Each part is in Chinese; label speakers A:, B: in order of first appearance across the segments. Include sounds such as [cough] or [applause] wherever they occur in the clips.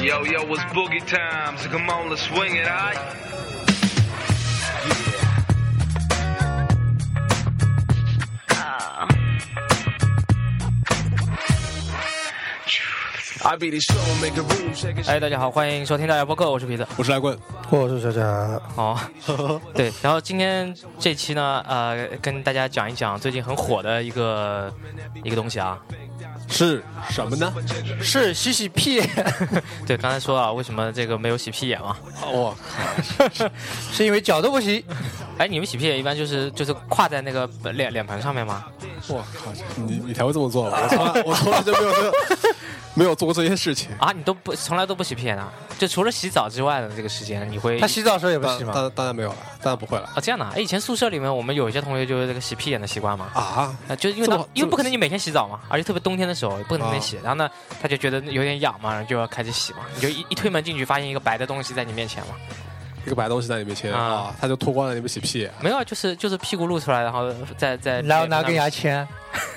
A: Yo, yo, it's boogie time, so come on, let's swing it, alright? I be the show, make a room, shake it.
B: 哎，大家好，欢迎收听大家播客，我是皮子。
C: 我是来棍，
D: 我是小贾， [laughs]
B: 好，对，然后今天这期呢，呃，跟大家讲一讲最近很火的一个一个东西啊， [laughs]
C: 是什么呢？
D: 是洗洗屁，
B: 对，刚才说啊了为什么这个没有洗屁眼啊
D: [laughs]
B: 嘛？
C: 我
D: 是因为脚都不洗。
B: 哎，你们洗屁眼一般就是就是跨在那个脸脸盆上面吗？
C: 我靠，你你才会这么做吧？我从来 [laughs] 我从来就没有这个没有做过这些事 [laughs] 情。
B: 啊，你都不从来都不洗屁眼啊？就除了洗澡之外的这个时间，你会
D: 他洗澡的时候也不
C: 当
D: 洗
C: 当
D: 吗？
C: 然当然没有了，当然不会了
B: 啊这样的、啊？哎，以前宿舍里面我们有一些同学就是这个洗屁眼的习惯嘛。
C: 啊！
B: 啊，就因为
C: 这么
B: 他
C: 好
B: 因为
C: 这
B: 不可能你每天洗澡嘛，而且特别冬天的时候也不可能每天
C: 啊
B: 洗。然后呢，他就觉得有点痒嘛，然后就要开始洗嘛。你就一一推门进去，发现一个白的东西在你面前嘛。
C: 一个白东西在你面前
B: 啊
C: 啊，他就脱光了你们洗屁，
B: 没有，啊，就是就是屁股露出来，然后再再
D: 然后拿根牙。签，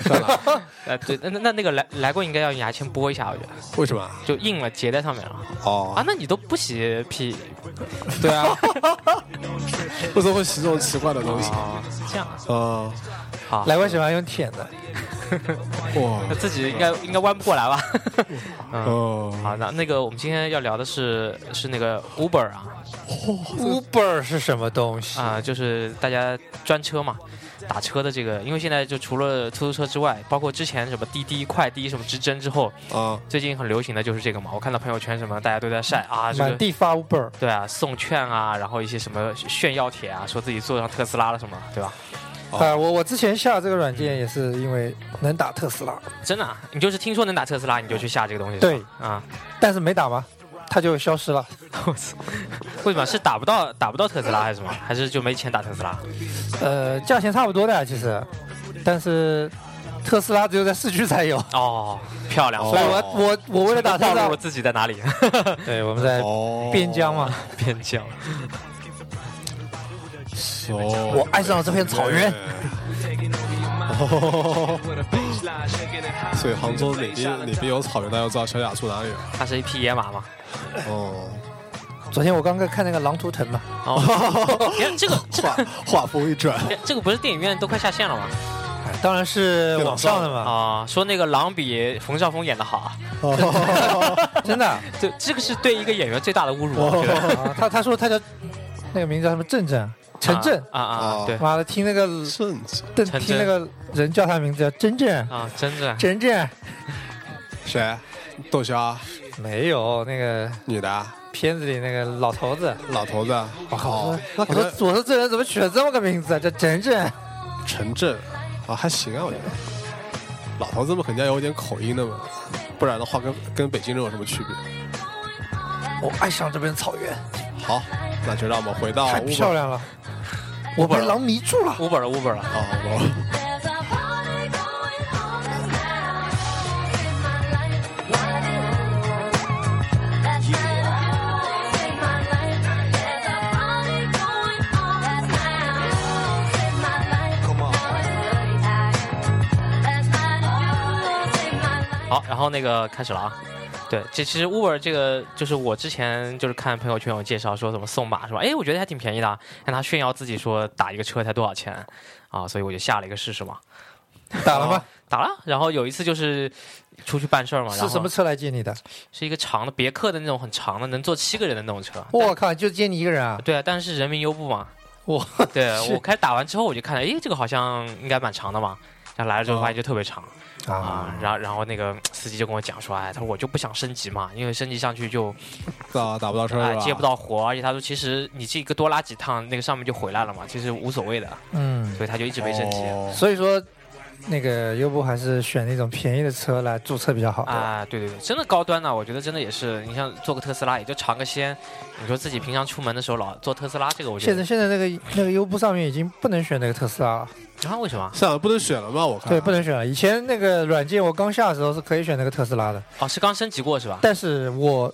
C: 算了，
B: 呃，对，那那那那个来来过应该要用牙签拨一下，我觉得
C: 为什么？
B: 就硬了，结在上面了。啊
C: 哦，，
B: 那你都不洗屁
C: [laughs] 对啊， [laughs] 为什么会洗这种奇怪的东西？
B: 啊？这样啊？
C: 啊，
B: 好，
D: 来我喜欢用舔的，
C: 哇
B: 那，自己应该应该弯不过来吧？ [laughs] 嗯。
C: 哦，
B: 好，那那个我们今天要聊的是是那个 Uber 啊，
D: Uber 是什么东西？
B: 啊、就是大家专车嘛，打车的这个，因为现在就除了出租车之外，包括之前什么滴滴、快滴什么之争之后，
C: 啊，
B: 最近很流行的就是这个嘛。我看到朋友圈什么大家都在晒啊，这
D: 满
B: 个
D: 地发 Uber，
B: 对啊，送券啊，然后一些什么炫耀帖啊，说自己坐上特斯拉了什么，对吧？
C: 哦
D: 啊，我我之前下这个软件也是因为能打特斯拉，
B: 真的、啊，你就是听说能打特斯拉，你就去下这个东西。
D: 对，
B: 啊，
D: 但是没打嘛，它就
B: [laughs]
D: 消失了。
B: 我操，为什么是打不到打不到特斯拉还是什么？还是就没钱打特斯拉？
D: 呃，价钱差不多的其实，但是特斯拉只有在市区才有，
B: 哦，漂亮，
C: 哦
D: 所以我我我为了打特
B: 暴
D: 斯
B: 露了
D: 拉，
B: 自己在哪里， [laughs]
D: 对，我们在
C: 哦，
D: 边疆嘛，
B: 边疆。
C: 哦，
D: 我爱上了这片草原。
C: 哦，
A: With a baseline shaking it high.
C: 所以杭州哪边哪边有草原，大家就知道小雅住哪里了。
B: 它是一匹野马嘛。
C: 哦，
D: 昨天我刚刚看那个《狼图腾》嘛， [laughs]
B: 哦，你看这个这
C: [laughs] 画
B: 个
C: 画风一转，
B: 这个不是电影院都快下线了吗？
D: 哎当然是网上的嘛，
B: 啊，说那个狼比冯绍峰演的好啊，
D: [laughs] 真的啊，哦
B: 这这个是 [laughs] 对一个演员最大的侮辱，我啊觉得。
D: 他他说他叫那个名字叫什么郑郑， [laughs] 陈震，
B: 啊啊啊，
C: 哦
B: 对
D: 妈的，听那个
C: 正经
D: 邓
B: 陈震
D: 听那个人叫他名字叫真正
B: 啊，真的
D: 真正，
C: 谁？窦骁，啊
D: 没有那个
C: 女的，啊
D: 片子里那个老头子，
C: 老头子。啊哦我
D: 我
C: 靠，
D: 说
C: 那
D: 我
C: 可
D: 说
C: 能
D: 我说这人怎么取了这么个名字啊，叫真正，
C: 陈震啊，还行啊，我觉得。老头子们肯定要有点口音的嘛，不然的话跟跟北京人有什么区别？
D: 我爱上这片草原，
C: 好，那就让我们回到
D: 太漂亮了，我被狼迷住了，
B: ，Uber 了 Uber 了。
C: 啊，我
E: There's a party going on now in my life. That's kind of cool in my life. There's a party going on now in my life. Come on. That's kind of cool in my life.
B: 好，然后那个开始了啊。对，这其实 Uber 这个就是我之前就是看朋友圈有介绍说什么送马是吧？哎，我觉得还挺便宜的啊，看他炫耀自己说打一个车才多少钱啊，所以我就下了一个试试嘛，
D: 打了吗？
B: 打了。然后有一次就是出去办事儿嘛，然
D: 是
B: 后
D: 什么车来接你的？
B: 是一个长的别克的那种很长的，能坐七个人的那种车。
D: 我靠，就接你一个人啊！
B: 对啊，但是人民优步嘛，
D: 我
B: 对
D: 是
B: 我开始打完之后，我就看了，诶，这个好像应该蛮长的嘛。然后来了之后发现就特别长啊，然后然后那个司机就跟我讲说，哎，他说我就不想升级嘛，因为升级上去就
C: 打打不到车
B: 哎
C: 是吧？
B: 接不。到活，而且他说其实你这个多拉几趟，那个上面就回来了嘛，其实无所谓的，
D: 嗯，
B: 所以他就一直没升级
C: 哦
D: 所以说，那个优步还是选那种便宜的车来注册比较好。
B: 啊。对对对，真的高端呢，我觉得真的也是，你像坐个特斯拉也就尝个鲜，你说自己平常出门的时候老坐特斯拉这个，我觉
D: 现
B: 得
D: 在现在那个那个优步上面已经不能选那个特斯拉了，
B: 啊为什么？
C: 算了，不能选了吗？我看
D: 对，不能选了。以前那个软件我刚下的时候是可以选那个特斯拉的，
B: 哦，是刚升级过是吧？
D: 但是我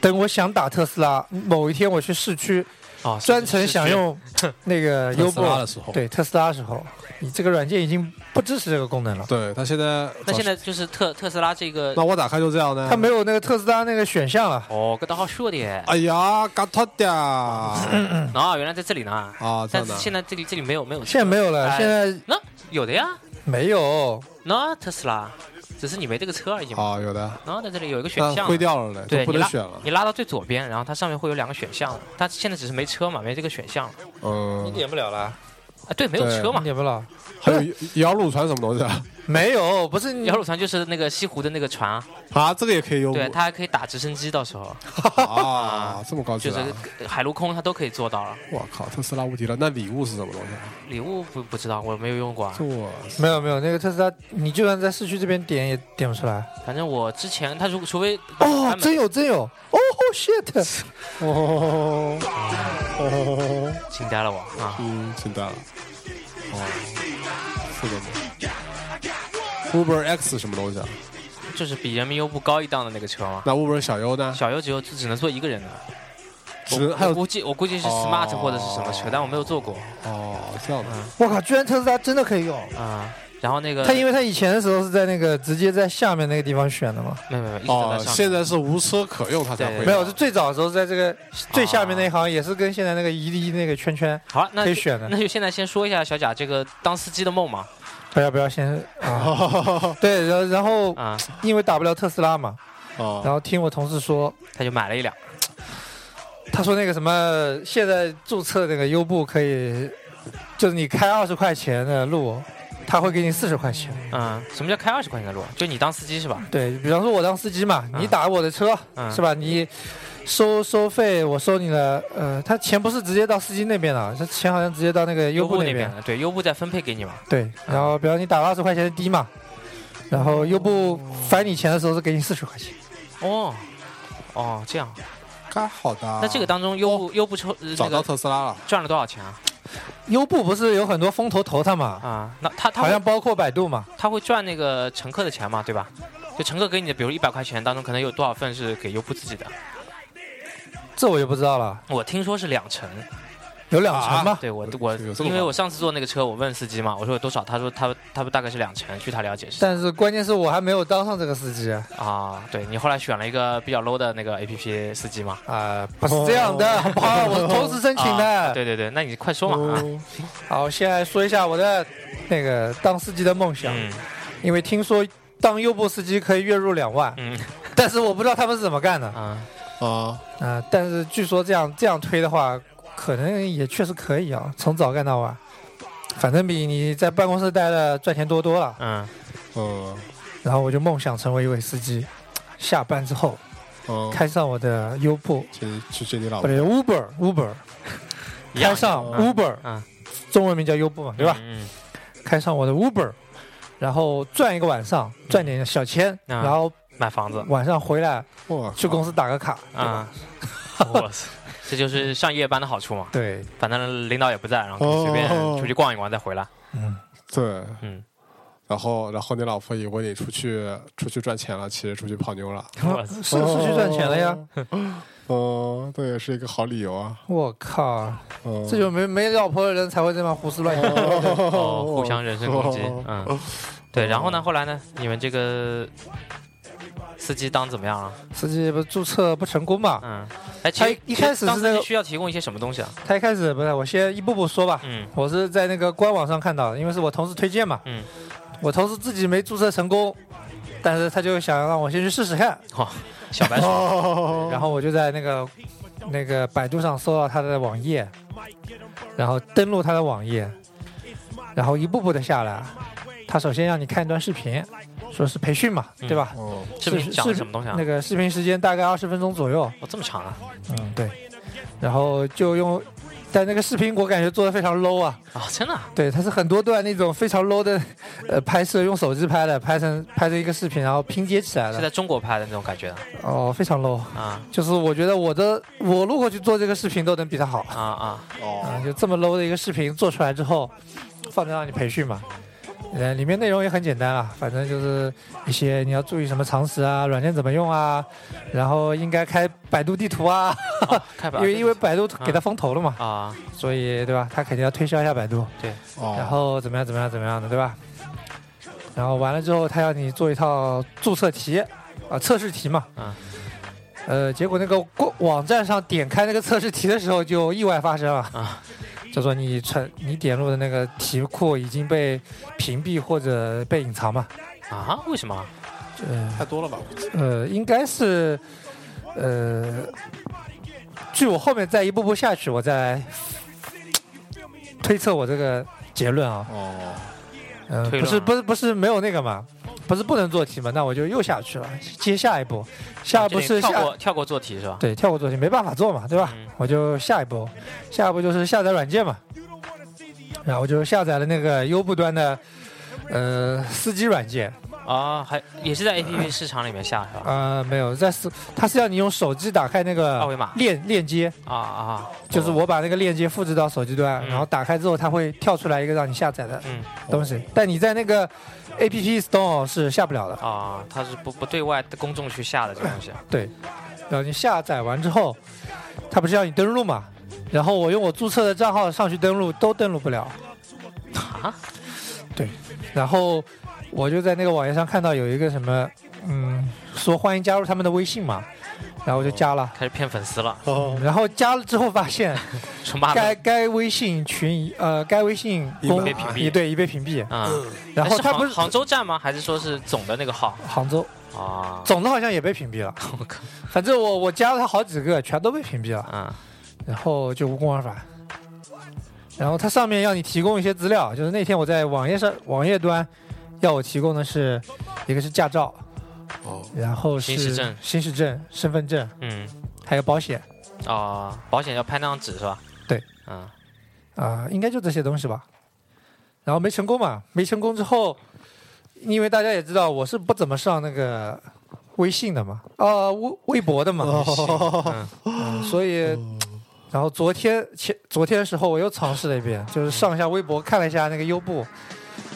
D: 等我想打特斯拉，某一天我去市区，
B: 哦，是
D: 专程享
B: 是
D: [laughs] 用那个
C: 特
D: 优
C: 斯拉
D: 步
C: 的时候，
D: 对特斯拉时候，你这个软件已经不支持这个功能了。
C: 对，它现在
B: 那现在就是特特斯拉这个
C: 那，我打开就这样呢
D: 它？没有那个特斯拉那个选项了，
B: 哦，搿倒好说的耶。
C: 哎呀，嘎他的
B: [laughs] 啊，原来在这里呢。
C: 啊，
B: 但
C: 真
B: 是
C: 的。
B: 现在这里这里没有没有，
D: 现在没有了，
B: 哎
D: 现在
B: 那有的呀，
D: 没有。
B: 那特斯拉，只是你没这个车而已嘛。
C: 啊，有的，
B: 然后在这里有一个选
C: 那
B: 项
C: 啊
B: 啊
C: 灰，掉了嘞，
B: 对
C: 就不
B: 你
C: 能
B: 拉
C: 选了。
B: 你拉到最左边，然后它上面会有两个选项，它现在只是没车嘛，没这个选项
C: 嗯，
D: 点不了了，
B: 啊，对，没有
C: 对
B: 车嘛。
D: 点不了，
C: 还有摇橹船什么东西啊？
D: 没有，不是你
B: 摇橹船就是那个西湖的那个船啊，
C: 啊，这个也可以优
B: 对，
C: 步
B: 它还可以打直升机，到时候
C: 啊， [laughs] 这么高级
B: 就
C: 啊！
B: 是海陆空它都可以做到了。
C: 我靠，特斯拉无敌了。那礼物是什么东西啊？
B: 礼物不不知道，我没有用过啊。
C: 这我
D: 没有没有那个特斯拉，你就算在市区这边点也点不出来。
B: 反正我之前它如果除非
D: 哦
B: 他，们
D: 真有真有，哦 shit，
C: 哦哦，
B: 惊呆了我啊！
C: 嗯，简单了。哦，是的吗？Uber X 是什么东西啊？
B: 就是比人民优步高一档的那个车嘛。
C: 那 Uber 小优呢？
B: 小优只有只能坐一个人的，
C: 只
B: 我
C: 还
B: 我
C: 有
B: 估计我估计是 smart
C: 哦
B: 或者是什么车，但我嗯没有坐过
C: 哦，这样的
D: 我靠，居然特斯拉真的可以用。
B: 啊。然后那个
D: 它
B: 为
D: 因为它以前的时候是在那个直接在下面那个地方选的嘛，
B: 没有没有一直都在
C: 哦，
B: 上面，
C: 现在是无车可用，它才
B: 对
C: 会
D: 没有，就最早的时候是在这个最下面那一行，也是跟现在那个一粒那个圈圈
B: 好了，那
D: 可以
B: 就
D: 选的
B: 那就现在先说一下小贾这个当司机的梦嘛
D: 不哎要不要先啊， [laughs] 对，然后然后
B: 啊，
D: 因为打不了特斯拉嘛，
C: 哦
D: 然后听我同事说，
B: 他就买了一辆
D: 他说那个什么，现在注册那个优步可以，就是你开二十块钱的路，他会给你四十块钱。
B: 嗯，什么叫开二十块钱的路？啊就你当司机是吧？
D: 对比方说，我当司机嘛，
B: 嗯
D: 你打我的车、
B: 嗯
D: 是吧？你收收费，我收你的，呃，他钱不是直接到司机那边的，他钱好像直接到那个优
B: 优
D: 步
B: 步
D: 那边
B: 边。的，对，优步再分配给你嘛。
D: 对，
B: 嗯
D: 然后比方你打了二十块钱的的嘛，然后优步返你钱的时候是给你四十块钱。
B: 哦哦，这样，
C: 该好的啊。
B: 那这个当中优步优步抽呃
C: 找
B: 那
C: 到
B: 个
C: 特斯拉了，
B: 赚了多少钱啊？
D: 优步不是有很多风投投他嘛，
B: 啊，那他他
D: 好
B: 会
D: 像包括百度嘛。
B: 他会赚那个乘客的钱嘛，对吧？就乘客给你的，比如一百块钱当中，可能有多少份是给优步自己的？
D: 这我就不知道了，
B: 我听说是两成。
D: 有两成吗？
B: 啊对我我
C: 啊有这么
B: 因为
C: 高
B: 我上次坐那个车，我问司机嘛，我说有多少，他说他他们大概是两成，据他了解是。
D: 但是关键是我还没有当上这个司机啊、
B: 啊，对你后来选了一个比较 low 的那个 A P P 司机嘛？
D: 啊不是这样的，好不好？我同时申请的。
B: 哦啊对对对，那你快说
C: 哦
B: 嘛。啊
D: 好，现在说一下我的那个当司机的梦想，
B: 嗯
D: 因为听说当优步司机可以月入两万，
B: 嗯
D: 但是我不知道他们是怎么干的啊、
B: 啊，
C: 啊，
D: 但是据说这样这样推的话，可能也确实可以啊，从早干到晚，反正比你在办公室待着赚钱多多了。
B: 嗯
C: 嗯
D: 然后我就梦想成为一位司机，下班之后
B: 哦
C: 嗯，
D: 开上我的优步，
C: 去去接你老
D: 不
C: 婆
D: 对，Uber Uber，
B: 一
D: 开
B: 样
D: 上
B: 嗯
D: Uber，
B: 嗯
D: 中文名叫优步嘛，对吧？
B: 嗯，嗯
D: 开上我的 Uber，然后赚一个晚上，赚点小钱，
B: 嗯
D: 然后
B: 买房子
D: 晚上回来
C: 哇
D: 去公司打个卡，对吧
C: [laughs]
B: 啊。哇塞，这就是上夜班的好处嘛。
D: 对，
B: 反正领导也不在，然后可以随便
C: 哦
B: 出去逛一逛再回来。
D: 嗯，
C: 对，
B: 嗯，
C: 然后然后你老婆以为你出去出去赚钱了，其实出去泡妞了。
B: 我
D: [laughs] 是是去赚钱了
C: [laughs]
D: 呀。
C: 哦，这也是一个好理由啊。
D: 我靠，
B: 哦
C: 嗯 [laughs]
D: 这就没没老婆的人才会这么胡思乱 [laughs] 想。
B: 哦，互相人身攻击，
D: 哦
B: 嗯，对。然后呢，后来呢，你们这个司机当怎么样了？
D: 司机不是注册不成功嘛？
B: 嗯，哎，其实
D: 他一开始
B: 其实当
D: 是那
B: 司
D: 个
B: 机需要提供一些什么东西啊？
D: 他一开始不是，我先一步步说吧。
B: 嗯
D: 我是在那个官网上看到的，因为是我同事推荐嘛。
B: 嗯，
D: 我同事自己没注册成功，但是他就想让我先去试试看， [laughs]
B: 好，哦小白鼠，
D: 哦然后我就在那个那个百度上搜到他的网页，然后登录他的网页，然后一步步的下来。他首先让你看一段视频，说是培训嘛，
B: 嗯
D: 对吧？
C: 哦，
B: 视频
D: 是
B: 讲的
D: 是
B: 什么东西啊
D: 那？个视频时间大概二十分钟左右，
B: 哦，这么长啊？
D: 嗯，对。然后就用，但那个视频我感觉做的非常 low 啊，
B: 啊，真的啊？
D: 对，它是很多段那种非常 low 的，呃，拍摄用手机拍的，拍成拍成一个视频，然后拼接起来
B: 是
D: 的
B: 在，中国拍的那种感觉的
D: 哦，非常 low。
B: 啊
D: 就是我觉得我的我如果去做这个视频都能比它好
B: 啊啊！
D: 啊
C: 哦，，
D: 就这么 low 的一个视频做出来之后，放在让你培训嘛，呃，里面内容也很简单啊，反正就是一些你要注意什么常识啊，软件怎么用啊，然后应该开百度地图啊，
B: 开
D: 因
B: 吧，
D: 为因为百度给它
B: 嗯
D: 风投了嘛，
B: 啊，
D: 所以对吧？他肯定要推销一下百度，
B: 对，
C: 哦，
D: 然后怎么样怎么样怎么样的，对吧？然后完了之后，他要你做一套注册题，啊、测试题嘛。
B: 嗯
D: 呃，结果那个过网站上点开那个测试题的时候，就意外发生了。
B: 啊
D: 叫做你传你点入的那个题库已经被屏蔽或者被隐藏嘛？
B: 啊，为什么？
D: 呃
C: 太多了吧？
D: 呃，应该是呃，据我后面再一步步下去，我再推测我这个结论啊。
C: 哦，
D: 嗯，
B: 推
D: 不
B: 论
D: 是
B: 啊
D: 不是不是没有那个嘛，不是不能做题嘛，那我就又下去了，接下一步，下一步
B: 哦啊这里
D: 是
B: 跳
D: 下、
B: 过跳过做题是吧？
D: 对跳过做题没办法做嘛，对吧？
B: 嗯
D: 我就下一步，下一步就是下载软件嘛，然后我就下载了那个优步端的呃司机软件，
B: 啊，还也是在 A P
D: 嗯
B: P 市场里面下是吧？
D: 呃没有在司，它是要你用手机打开那个
B: 二维码
D: 链链接，
B: 啊啊，
D: 就是我把那个链接复制到手机端，
B: 嗯
D: 然后打开之后它会跳出来一个让你下载的
B: 嗯
D: 东西，但你在那个 A P P Store 是下不了的。
B: 啊，它是不不对外的公众去下的这个东西啊
D: 对，然后你下载完之后，它不是要你登录嘛？然后我用我注册的账号上去登录，都登录不了。
B: 啊，
D: 然后我就在那个网页上看到有一个什么，嗯，说欢迎加入他们的微信嘛，然后我就加了。
B: 开始骗粉丝了，
C: 哦，
D: 然后加了之后发
B: [laughs]
D: 现，
B: 什么
D: 该该微信群已呃该微信
C: 已
D: 公
C: 被
B: 屏蔽
D: 也对已被屏蔽，
B: 啊？
D: 呃然后
B: 是
D: 他
B: 杭
D: 不是
B: 杭州站吗？还是说是总的那个号
D: 杭州
B: 啊？
D: 总的好像也被屏蔽了，
B: [laughs] 我靠，
D: 反正我我加了他好几个，全都被屏蔽了。
B: 啊
D: 然后就无功而返。然后它上面要你提供一些资料，就是那天我在网页上网页端要我提供的是一个是驾照，
C: 哦，
D: 然后是
B: 行驶证
D: 行驶证、身份证，
B: 嗯
D: 还有保险
B: 啊，保险要拍那张纸是吧？
D: 对，
B: 嗯
D: 啊、应该就这些东西吧。然后没成功嘛，没成功之后，因为大家也知道我是不怎么上那个微信的嘛，啊、微微博的嘛，
B: 嗯
D: 嗯所以，然后昨天前昨天的时候，我又尝试了一遍，就是上一下微博，看了一下那个优步，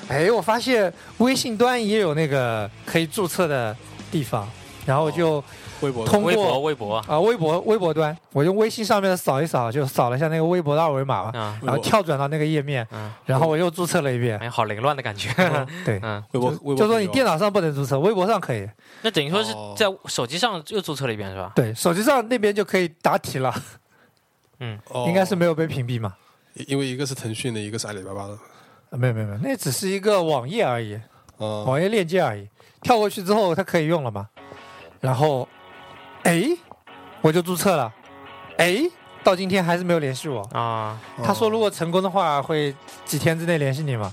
D: 哎，我发现微信端也有那个可以注册的地方，然后我就
C: 微博
D: 通
B: 微博
D: 过
B: 微博
D: 啊微博微博端，我用微信上面的扫一扫，就扫了一下那个微博的二维码嘛，
B: 啊
D: 然后跳转到那个页面，
B: 嗯，
D: 然后我又注册了一遍
B: 哎，呀，好凌乱的感
D: [laughs]
B: 觉。
D: 对。
B: 嗯，
C: 微博微博，
D: 就说你电脑上不能注册，微博上可以。
B: 那等于说是
C: 哦
B: 在手机上又注册了一遍是吧？
D: 对，手机上那边就可以答题了，
C: 哦
D: 应该是没有被屏蔽嘛？
C: 因为一个是腾讯的，一个是阿里巴巴的，
D: 啊没有没有没有，那只是一个网页而已。
C: 嗯，
D: 网页链接而已，跳过去之后它可以用了嘛？然后，哎，我就注册了，哎，到今天还是没有联系
C: 哦
D: 我。
B: 啊，
D: 他说如果成功的话，会几天之内联系你嘛？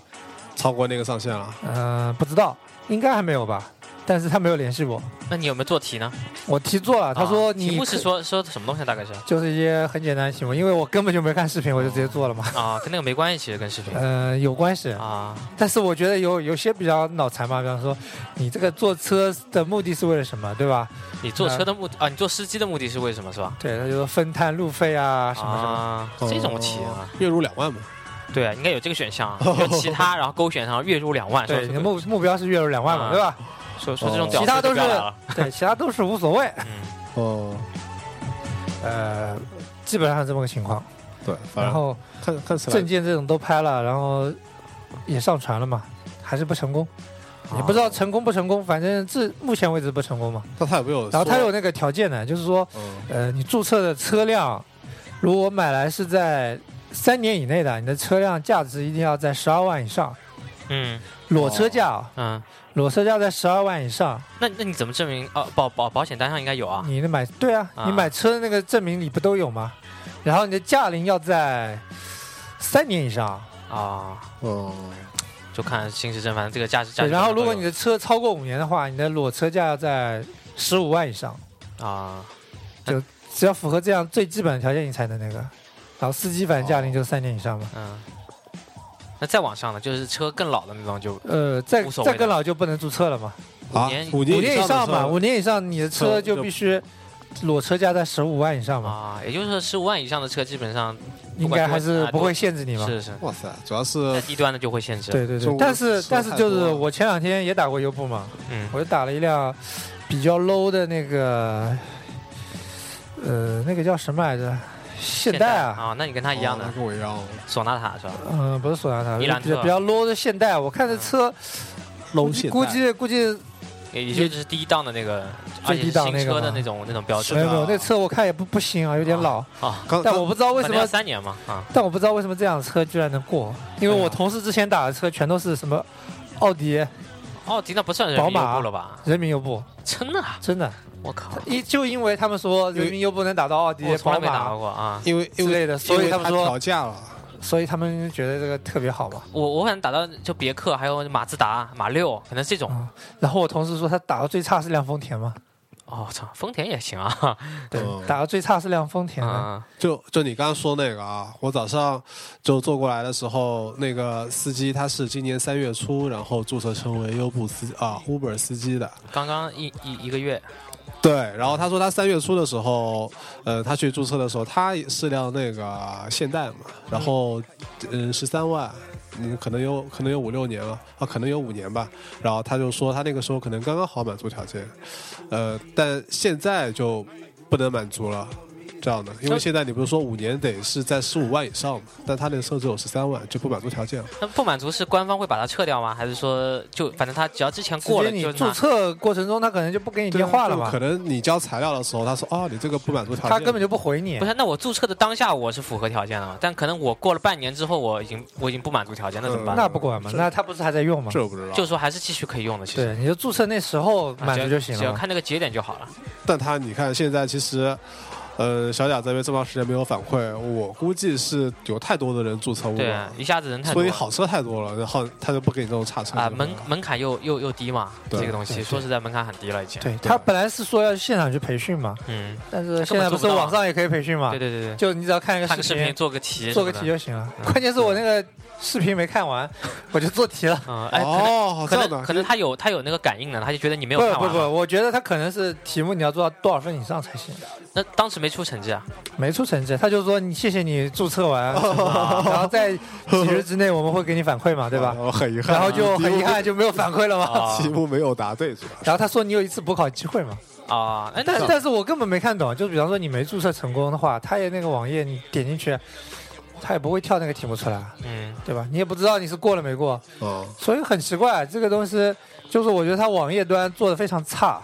C: 超过那个上限了，
D: 嗯、不知道，应该还没有吧？但是他没有联系我，
B: 那你有没有做题呢？
D: 我题做了，他说
B: 啊
D: 你
B: 题
D: 可、
B: 目是说说什么东西啊？大概是
D: 就是一些很简单的题目，因为我根本就没看视频，我就直接做了嘛。
B: 啊，跟那个没关系，其实跟视频
D: [laughs] 呃，有关系，
B: 啊
D: 但是我觉得有有些比较脑残嘛，比方说你这个坐车的目的是为了什么，对吧？
B: 你坐车的目的啊，你坐司机的目的是为什么是吧？
D: 对，他就说分摊路费啊什么什哦么。
B: 啊，这种题啊，
C: 嗯月入两万嘛，
B: 对啊，应该有这个选项
D: [laughs]
B: 啊，有其他，然后勾选上月入两万，说
D: 对，
B: 这
D: 你
B: 个
D: 的目目标啊是月入两万嘛，
B: 啊
D: 对 [laughs] 吧？
B: 说说这种
C: 哦
B: 屌
D: 其他
B: 丝就
D: 都
B: 不要
D: 是
B: 来了
D: 对，其他都是无所谓。
B: 嗯
C: 哦，
D: 呃，基本上是这么个情况。
C: 对，反
D: 然
C: 正
D: 后
C: 啊看看起来
D: 证件这种都拍了，然后也上传了嘛，还是不成功。
C: 啊
D: 也不知道成功不成功，反正至目前为止不成功嘛。
C: 那他有没有说？
D: 然后它有那个条件呢，就是说，
C: 嗯，
D: 呃，你注册的车辆，如果买来是在三年以内的，你的车辆价值一定要在十二万以上，
B: 嗯
D: 裸车价
C: 哦
D: 啊，
B: 嗯，
D: 裸车价在十二万以上，
B: 那那你怎么证明？哦，保保保险单上应该有啊。
D: 你的买对啊，
B: 啊
D: 你买车的那个证明里不都有吗？然后你的驾龄要在三年以上，
B: 啊，
C: 哦，
B: 就看行驶证，反正这个驾驶驾
D: 对。
B: 驶
D: 然后
B: 证
D: 如果
B: 都
D: 你
B: 有
D: 的车超过五年的话，你的裸车价要在十五万以上，
B: 啊，
D: 只要符合这样最基本的条件，你才能那个。然后司机反正驾龄就三年以上嘛。
B: 嗯，那再往上呢，就是车更老的那种就
D: 呃，再
B: 无所谓
D: 再
B: 的
D: 更老就不能注册了嘛，
B: 五
C: 啊
B: 年
C: 五
D: 五
C: 年
D: 年以上
C: 的
D: 嘛，
C: 车
D: 五年以上你的车
C: 车
D: 就
C: 就
D: 必须裸车价在十五万以上嘛。
B: 啊啊，也就是说十五万以上的车基本上
D: 应该还是不会限制你吧？呃
B: 是是，
C: 哇塞，主要
B: 在
C: 是
B: 低端的就会限制。，
D: 对对
C: 中
D: 对
C: 国，
D: 但是
C: 吃
D: 但
C: 太
D: 是就
C: 多
D: 是
C: 了
D: 我前两天也打过优步嘛，
B: 嗯
D: 我就打了一辆比较 low 的那个，呃，那个叫什么来着？现代啊，
B: 啊，那你跟他一样
C: 哦
B: 的
C: 那跟我一样，
B: 索纳塔是吧？
D: 嗯、不是索纳塔，
B: 米
D: 比
B: 兰嗯
D: 较
B: 特
D: 比较 low 的现代。我看这车，
C: 搂
D: 估计估计估计
B: 也也就是低档的那个，而
D: 最
B: 且是
D: 低档那
B: 新
D: 个
B: 车的
D: 吗
B: 那种那种标
C: 是
D: 没
B: 志
D: 有
C: 的
D: 没有，那车我看也不不行啊，有点老。
B: 啊。
C: 刚
D: 但
C: 刚
D: 我不知道为什
B: 本来要
D: 么，
B: 三年嘛啊？
D: 但我不知道为什么这辆车居然能过，因为
C: 对啊
D: 我同事之前打的车全都是什么奥迪、
B: 奥迪那哦不算人
D: 宝
B: 民
D: 马
B: 优步了吧？
D: 人民优步，
B: 真的啊，
D: 真的，
B: 我靠，
D: 一就因为他们说人民优步能打到奥迪
B: 我、从来
D: 宝
B: 没打
D: 马，
B: 过啊。
C: 因为因
D: 之类
C: 为
D: 的所以
C: 因为
D: 他们
C: 它
D: 说
C: 调价了，
D: 所以他们觉得这个特别好吧。
B: 我我可能打到就别克，还有马自达、马六，可能这种。
D: 啊、然后我同事说他打到最差是辆丰田嘛，
B: 哦，操，丰田也行啊。
D: 对，
C: 嗯
D: 打到最差是辆
B: [laughs]
D: 丰田的。
B: 啊，
C: 就就你刚刚说那个啊，我早上就坐过来的时候，那个司机他是今年三月初，然后注册成为优步司啊 Uber 司机的，
B: 刚刚一一一个月，
C: 对，然后他说他三月初的时候，呃，他去注册的时候，他是辆那个现代嘛，然后嗯十三万，嗯可能有可能有五六年了啊，可能有五年吧。然后他就说他那个时候可能刚刚好满足条件，呃，但现在就不能满足了。这样的，因为现在你不是说五年得是在十五万以上嘛，但他那个时候只有十三万，就不满足条件了。
B: 那不满足是官方会把它撤掉吗？还是说就反正他只要之前
D: 直
B: 过
D: 接
B: 了
D: 你
B: 就啊
D: 注
B: 拿？
D: 册过程中，他可能就不给你
C: 对
D: 电话了
C: 就
D: 嘛
C: 可，能你交材料的时候，他说哦，你这个不满足条件，
D: 他根本就不回你
B: 不。是，那我注册的当下我是符合条件了，但可能我过了半年之后，我已经我已经不满足条件，那怎么办？
D: 嗯那不管嘛，那他不啊是还在用吗？
C: 这我不知道。
B: 就是说还是继续可以用的，其实
D: 对，你就注册那时候
B: 啊
D: 满足
B: 只
D: 就
B: 要
D: 行
B: 只要
D: 了嘛。
B: 看那个节点就好了。
C: 但他你看现在其实，呃，小贾这边这么长时间没有反馈，我估计是有太多的人注册 u
B: 对啊
D: 啊
C: b，
B: 一下子人太多
C: 所
B: 了，
C: 以好车太多了，然后他就不给你这种差车
B: 啊
C: 就
B: 门
C: 没了
B: 门槛又又又低嘛，
C: 对
B: 这个东西
D: 对
B: 说实在门槛很低了已经。
D: 对他本来是说要现场去培训嘛，
B: 嗯，
D: 但是
B: 根本
D: 现在不
B: 做不
D: 是
B: 到啊
D: 网上也可以培训嘛
B: 对，对对对，
D: 就你只要看一个
B: 看个
D: 视
B: 视
D: 频
B: 频，做个题，
D: 做个题。就行了。
B: 嗯
D: 关键是我那个视频没看完， [laughs] 我就做题了。
B: 嗯，哎，可能
C: 哦，这
B: 可
C: 样
B: 能
C: 的
B: 可能他有他有那个感应呢，他就觉得你没有
D: 不
B: 看
D: 不
B: 完啊
D: 不，
B: 嘛。
D: 我觉得他可能是题目你要做到多少分以上才行。
B: 那当时没出成绩啊，
D: 没出成绩，他就说你谢谢你注册 [laughs] 完，然后在几日之内我们会给你反馈嘛，对吧？
C: 哦很遗憾，
D: 然后就很遗憾
C: 题
D: 就没有反馈了嘛。
C: 目，题目没有答对，主要是
D: [laughs] 然后他说你有一次补考机会嘛，
B: 啊，哎，
D: 但
B: 那
D: 但是我根本没看懂，就比方说你没注册成功的话，他也那个网页你点进去，他也不会跳那个题目出来，
B: 嗯，
D: 对吧？你也不知道你是过了没过，
C: 哦，
D: 所以很奇怪，这个东西就是我觉得它网页端做的非常差，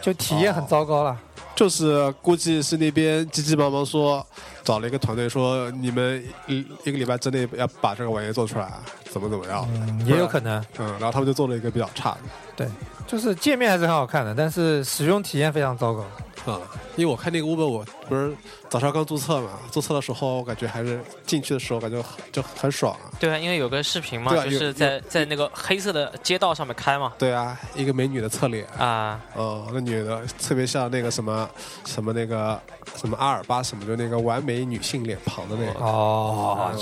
D: 就体验很糟糕了。
B: 哦
C: 就是估计是那边急急忙忙说找了一个团队说你们一一个礼拜之内要把这个网页做出来，啊怎么怎么样，
D: 嗯，也有可能，
C: 嗯，然后他们就做了一个比较差的。
D: 就是界面还是很好看的，但是使用体验非常糟糕。
C: 啊、因为我看那个 Uber，我不是早上刚注册嘛，注册的时候我感觉还是进去的时候感觉很就很爽啊。
B: 对啊，因为有个视频嘛，
C: 对啊
B: 就
C: 有
B: 是在在那个黑色的街道上面开嘛，
C: 对啊，一个美女的侧脸，
B: 啊，
C: 哦、那女的特别像那个什么什么那个什么阿尔巴什么，就那个完美女性脸庞的那个，
D: 哦
C: 嗯，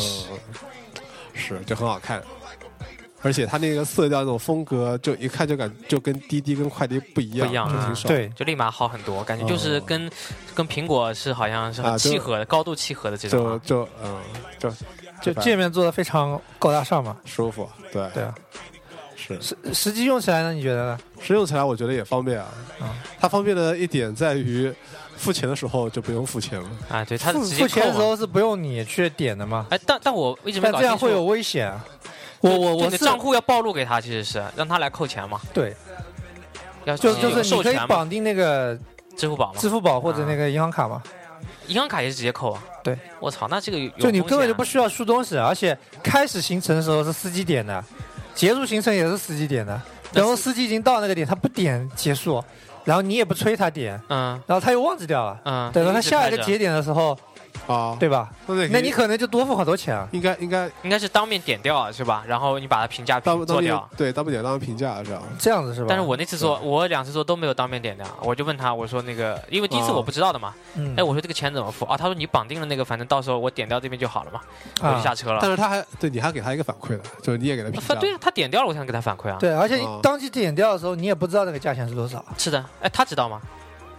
C: 是就很好看。而且它那个色调那种风格，就一看就感就跟滴滴跟快滴不一样，
B: 不一样
C: 就
B: 啊
C: 挺爽。
D: 对，
B: 就立马好很多，感觉就是
C: 哦
B: 跟、跟苹果是好像是很
C: 啊就
B: 契合的，高度契合的这种、
C: 就
B: 啊。
C: 就嗯，就
D: 就
C: 吧
D: 界面做的非常高大上嘛。
C: 舒服，对
D: 对啊，
C: 是。
D: 实实际用起来呢，你觉得呢？
C: 使用起来我觉得也方便啊。
D: 嗯
C: 它方便的一点在于，付钱的时候就不用付钱了。
B: 啊，对，它
D: 付
B: 直接
D: 付
B: 扣
D: 钱的时
B: 嘛。
D: 候是不用你去点的嘛，
B: 哎，但但我一直没
D: 但
B: 搞
D: 这
B: 清
D: 样
B: 楚，
D: 会有危险啊。我我
B: 就
D: 我
B: 你的
D: 是
B: 账户要暴露给他，其实是让他来扣钱嘛，
D: 对，
B: 要
D: 就
B: 要
D: 就
B: 啊有
D: 是你
B: 授
D: 可
B: 权
D: 以
B: 嘛啊
D: 绑定那个
B: 支付宝嘛
D: 支，付宝或者那个银行卡嘛，
B: 银行卡也是直接扣啊。
D: 对，
B: 我操，那这个有
D: 就你
B: 风险
D: 根本就
B: 啊
D: 不需要输东西，而且开始行程的时候是司机点的，结束行程也是司机点的，
B: 那
D: 然后
B: 是
D: 司机已经到那个点，他不点结束，然后你也不催他点，
B: 嗯
D: 然后他又忘记掉了。
B: 嗯，
D: 等到他
B: 直
D: 下
B: 开
D: 一个
B: 着
D: 节点的时候，
C: 啊，
D: 对吧？
C: 那
D: 那你可能就多付好多钱啊。
C: 应该应该
B: 应该是当面点掉啊是吧？然后你把它评价
C: 当
B: 屏
C: 当
B: 做
C: 面
B: 掉。
C: 对当面点当面评价这样。
D: 这样子是吧？
B: 但是我那次做，我两次做都没有当面点掉，啊我就问他，我说那个，因为第一次
C: 哦
B: 我不知道的嘛，
D: 嗯，
B: 哎，我说这个钱怎么付啊？他说你绑定了那个，反正到时候我点掉这边就好了嘛，我就
D: 啊，
B: 下车了。
C: 但是他还对你还给他一个反馈的，就是你也给他评价。
B: 反对啊，他点掉了，我才能给他反馈啊。
D: 对，而且你
C: 哦
D: 当即点掉的时候，你也不知道那个价钱是多少，
B: 是的，哎，他知道吗？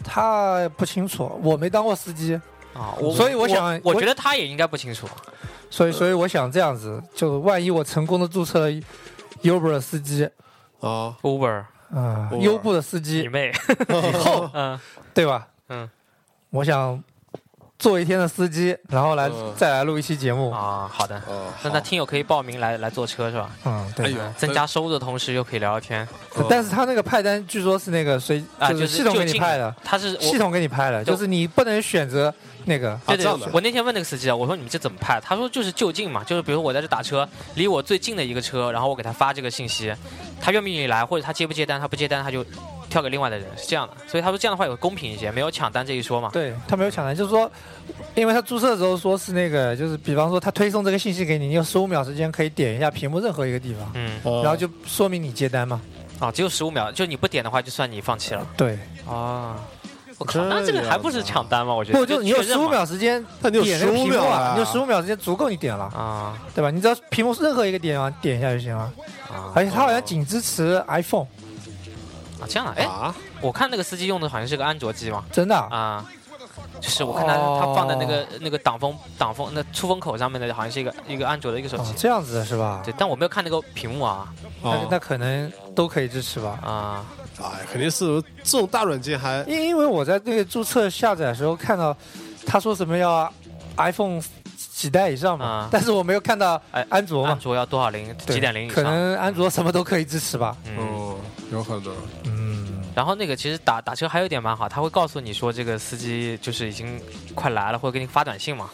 D: 他不清楚，我没当过司机，
B: 啊，我
D: 所以我想
B: 我
D: 我
B: 觉得他也应该不清楚。
D: 所
B: 呃
D: 以所以我想这样子，就是万一我成功的注册了 Uber 的司机
B: 哦
C: [laughs] 啊，
B: Uber
D: 啊、
C: Uber
D: 优步的司
B: 你
D: 机，
B: 妹，
D: 以
C: 哦
D: 后
B: 嗯
D: 对吧？
B: 嗯
D: 我想做一天的司机，然后来、
C: 嗯
D: 再来录一期节目。
B: 呃啊，好的。
C: 哦，
B: 那那听友可以报名来来坐车是吧？
D: 嗯，对。
C: 哎呦
B: 嗯增加收入的同时又可以聊聊天
C: 哦
D: 但是他那个派单据说是那个谁，
B: 呃啊，
D: 就是是系统给
B: 就
D: 你
B: 进
D: 派的，
B: 他是我
D: 系统给你派的，
B: 就
D: 就是你不能选择那个。
B: 对
C: 啊这样
B: 对
C: 的，
B: 我那天问那个司机啊，我说你们这怎么派？他说就是就近嘛，就是比如说我在这打车，离我最近的一个车，然后我给他发这个信息，他愿不愿意来，或者他接不接单，他不接单他就跳给另外的人，是这样的。所以他说这样的话有公平一些，没有抢单这一说嘛。
D: 对他没有抢单，就是说，因为他注册的时候说是那个，就是比方说他推送这个信息给你，你有十五秒时间可以点一下屏幕任何一个地方，
B: 嗯，
C: 哦
D: 然后就说明你接单嘛。
B: 啊，只有十五秒，就你不点的话，就算你放弃了。
D: 对，
B: 啊，我靠
C: 这，样
B: 那这个还不是抢单吗？我觉得
D: 哦不就你有
B: 确认
D: 十
B: 嘛
D: 五秒时间
C: 那你有
D: 点那个
C: 15
D: 屏幕
C: 秒
D: 啊，
C: 啊
D: 你有十五秒时间足够你点了，
B: 啊
D: 对吧？你只要屏幕任何一个点啊点一下就行
C: 哦
D: 了。
B: 啊
D: 而且它好像仅支持 iPhone，
B: 啊这样啊，哎，
C: 啊，
B: 我看那个司机用的好像是个安卓机嘛。
D: 真的啊。
B: 啊，就是我看他、
D: 哦
B: 他放在那个那个挡风挡风那出风口上面的，好像是一个一个安卓的一个手
D: 哦
B: 机。
D: 这样子的是吧？
B: 对，但我没有看那个屏幕啊
D: 那
C: 哦
D: 那可能都可以支持吧。
B: 啊
C: 哎，肯定是这种大软件还
D: 因因为我在那个注册下载的时候看到，他说什么要 iPhone 几代以上嘛，
B: 啊
D: 但是我没有看到
B: 哎
D: 安卓嘛
B: 安，卓要多少零
D: 对
B: 几点零以
D: 可
B: 上？
D: 能安卓什么都可以支持吧。
B: 嗯，
C: 哦，有可能
D: 嗯，
B: 然后那个其实打打车还有一点蛮好，他会告诉你说这个司机就是已经快来了，或者给你发短信嘛。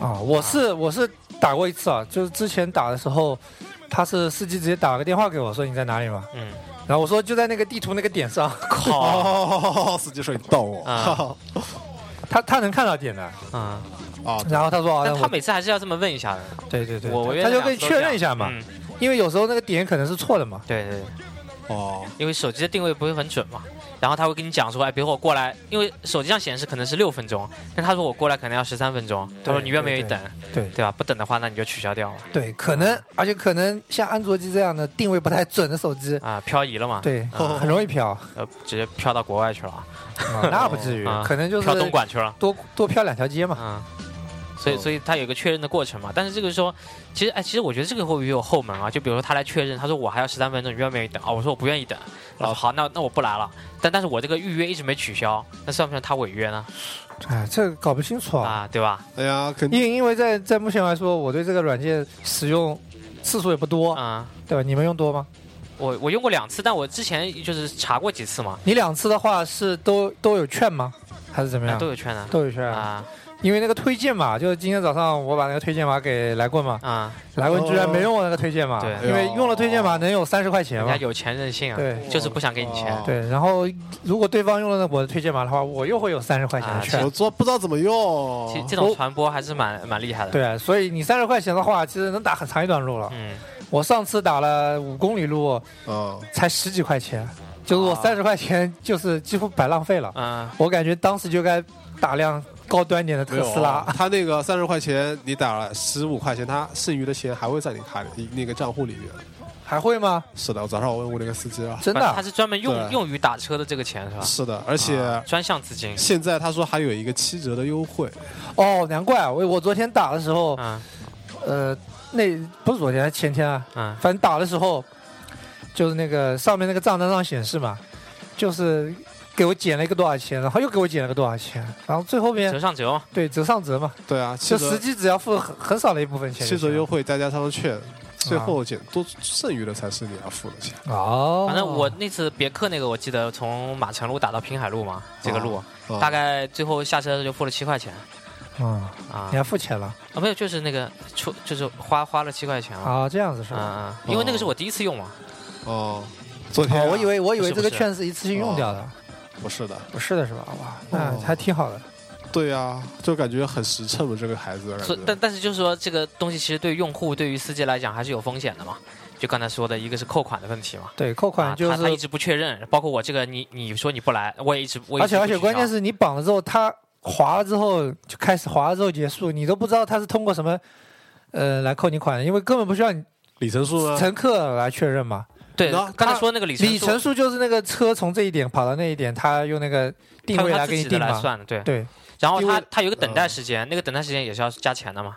D: 啊，我是我是打过一次啊，就是之前打的时候，他是司机直接打了个电话给我说你在哪里嘛，
B: 嗯，
D: 然后我说就在那个地图那个点上，
B: 靠，
C: 哦，司机说你逗我 [laughs]
B: 啊
C: 啊
D: [laughs] 他他能看到点的，
B: 嗯，
C: 啊，
D: 然后他说啊，
B: 但
D: 那
B: 他
D: 我
B: 每次还是要这么问一下的。
D: 对对对，
B: 我我
D: 他
B: 原来
D: 就可以
B: 想说
D: 确
B: 这样
D: 认一下嘛，
B: 嗯，
D: 因为有时候那个点可能是错的嘛，
B: 对对对。
C: 哦，
B: 因为手机的定位不会很准嘛，然后他会跟你讲说，哎，比如我过来，因为手机上显示可能是六分钟，但他说我过来可能要十三分钟，他说你愿不愿意等，
D: 对。
B: 对吧？不等的话，那你就取消掉了
D: 对，可能，而且可能像安卓机这样的定位不太准的手机，
B: 啊，漂移了嘛，，
D: 对，
B: 嗯
D: 很容易飘，
B: 呃，直接飘到国外去了，
D: 那不至
B: [laughs]
D: 于
B: 啊，
D: 可能就是哦
B: 飘东莞去了，
D: 多多飘两条街嘛。
B: 嗯，所以
C: 哦
B: 所以他有一个确认的过程嘛，但是这个时候，其实哎，其实我觉得这个会不会有后门啊？就比如说他来确认，他说我还要十三分钟，你愿不愿意等啊？我说我不愿意等，
D: 哦
B: 啊，好，那那我不来了，但但是我这个预约一直没取消，那算不算他违约呢？
D: 哎，这个搞不清楚啊，
B: 啊，对吧？
C: 哎呀，肯定
D: 因因为在在目前来说，我对这个软件使用次数也不多，
B: 啊。
D: 对吧？你们用多吗？
B: 我我用过两次，但我之前就是查过几次嘛，
D: 你两次的话是都都有券吗？还是怎么
B: 啊、
D: 样
B: 都？有券的
D: 都有券啊，
B: 啊
D: 因为那个推荐码，就是今天早上我把那个推荐码给来棍嘛，
B: 啊，
D: 来棍居然没用我那个推荐码
B: 对，
D: 因为用了推荐码能有三十块钱
B: 人
D: 嘛
B: 家。有钱任性啊，
D: 对
B: 就是不想给你钱
C: 哦
D: 对，然后如果对方用了我的推荐码的话，我又会有三十块钱
B: 啊
D: 的券
C: 我。做不知道怎么用
B: 其实，这种传播还是蛮蛮厉害的。
D: 哦对啊，所以你三十块钱的话，其实能打很长一段路了。
B: 嗯，
D: 我上次打了五公里路
C: 嗯，
D: 才十几块钱，就是我
B: 啊
D: 三十块钱就是几乎白浪费了。
B: 嗯
D: 我感觉当时就该打辆高端点的
C: 没
D: 特
C: 有啊
D: 斯拉。
B: 啊
C: 他那个三十块钱你打了十五块钱，他剩余的钱还会在你卡里那个账户里面。
D: [laughs] 还会吗？是
C: 是的，我早上我问过那个司机了，
D: 真的
B: 反正
D: 啊
B: 他？是专门用
C: 对
B: 用于打车的这个钱是吧？
C: 是的，而且
B: 啊专项资金。
C: 现在他说还有一个七折的优惠，
D: 哦，难怪我我昨天打的时候，
B: 嗯
D: 呃，那不是昨天，前天啊，
B: 嗯
D: 反正打的时候，就是那个上面那个账单上显示嘛，就是给我减了一个多少钱，然后又给我减了个多少钱，然后最后
B: 折
D: 面
B: 上折嘛，
D: 对折上折嘛，
C: 对啊，七
D: 就实
C: 折
D: 际只要付很很少的一部分钱
C: 七
D: 就行啊
C: 折
D: 了。
C: 优惠再加上券，最后减多剩余的才是你要付的钱。
D: 哦，
B: 反正我那次别克那个，我记得从马城路打到滨海路嘛，这个路
D: 哦
C: 啊
B: 大概最后下车的时候就付了七块钱
D: 嗯，
B: 啊
D: 你还付钱了
B: 啊，没有，就是那个出就是花花了七块钱嘛，
D: 啊？这样子
B: 嗯
D: 是吧？
B: 嗯，因为那个是我第一次用嘛，
C: 哦，
B: [laughs]
C: 昨天啊
D: 哦，我以为我以为
B: 不是
D: 这
B: 不是哦
D: 个券是一次性用掉的，
C: 不是的，
D: 不是的是吧？哇，那
C: 哦
D: 还挺好的。
C: 对啊，就感觉很实诚的这个孩子的
B: 所
C: 感
B: 但
C: 觉。
B: 但是就是说，这个东西其实对于用户、对于司机来讲还是有风险的嘛。就刚才说的一个是扣款的问题嘛，
D: 对，扣款就
B: 啊、他他一
D: 是，
B: 直不确认，包括我这个你你说你不来，我也一直我也
D: 而
B: 一直
D: 且
B: 不
D: 而且
B: 取消
D: 关键是你绑了之后，它划了之后就开始划了之后结束，你都不知道它是通过什么呃来扣你款的，因为根本不需要你
C: 里程数吗？
D: 乘客来确认嘛。
B: 对
C: 然后
B: 刚才
D: 他
B: 说那个里程
D: 里程数就是那个车从这一点跑到那一点，它用那个定
B: 他
D: 位
B: 用他
D: 来
B: 自
D: 给你
B: 己的
D: 定
B: 来
D: 嘛。
B: 算的，对。
D: 对，嗯
B: 然后
C: 因为
B: 它它有一个等待时间，那个等待时间也是要加钱的嘛，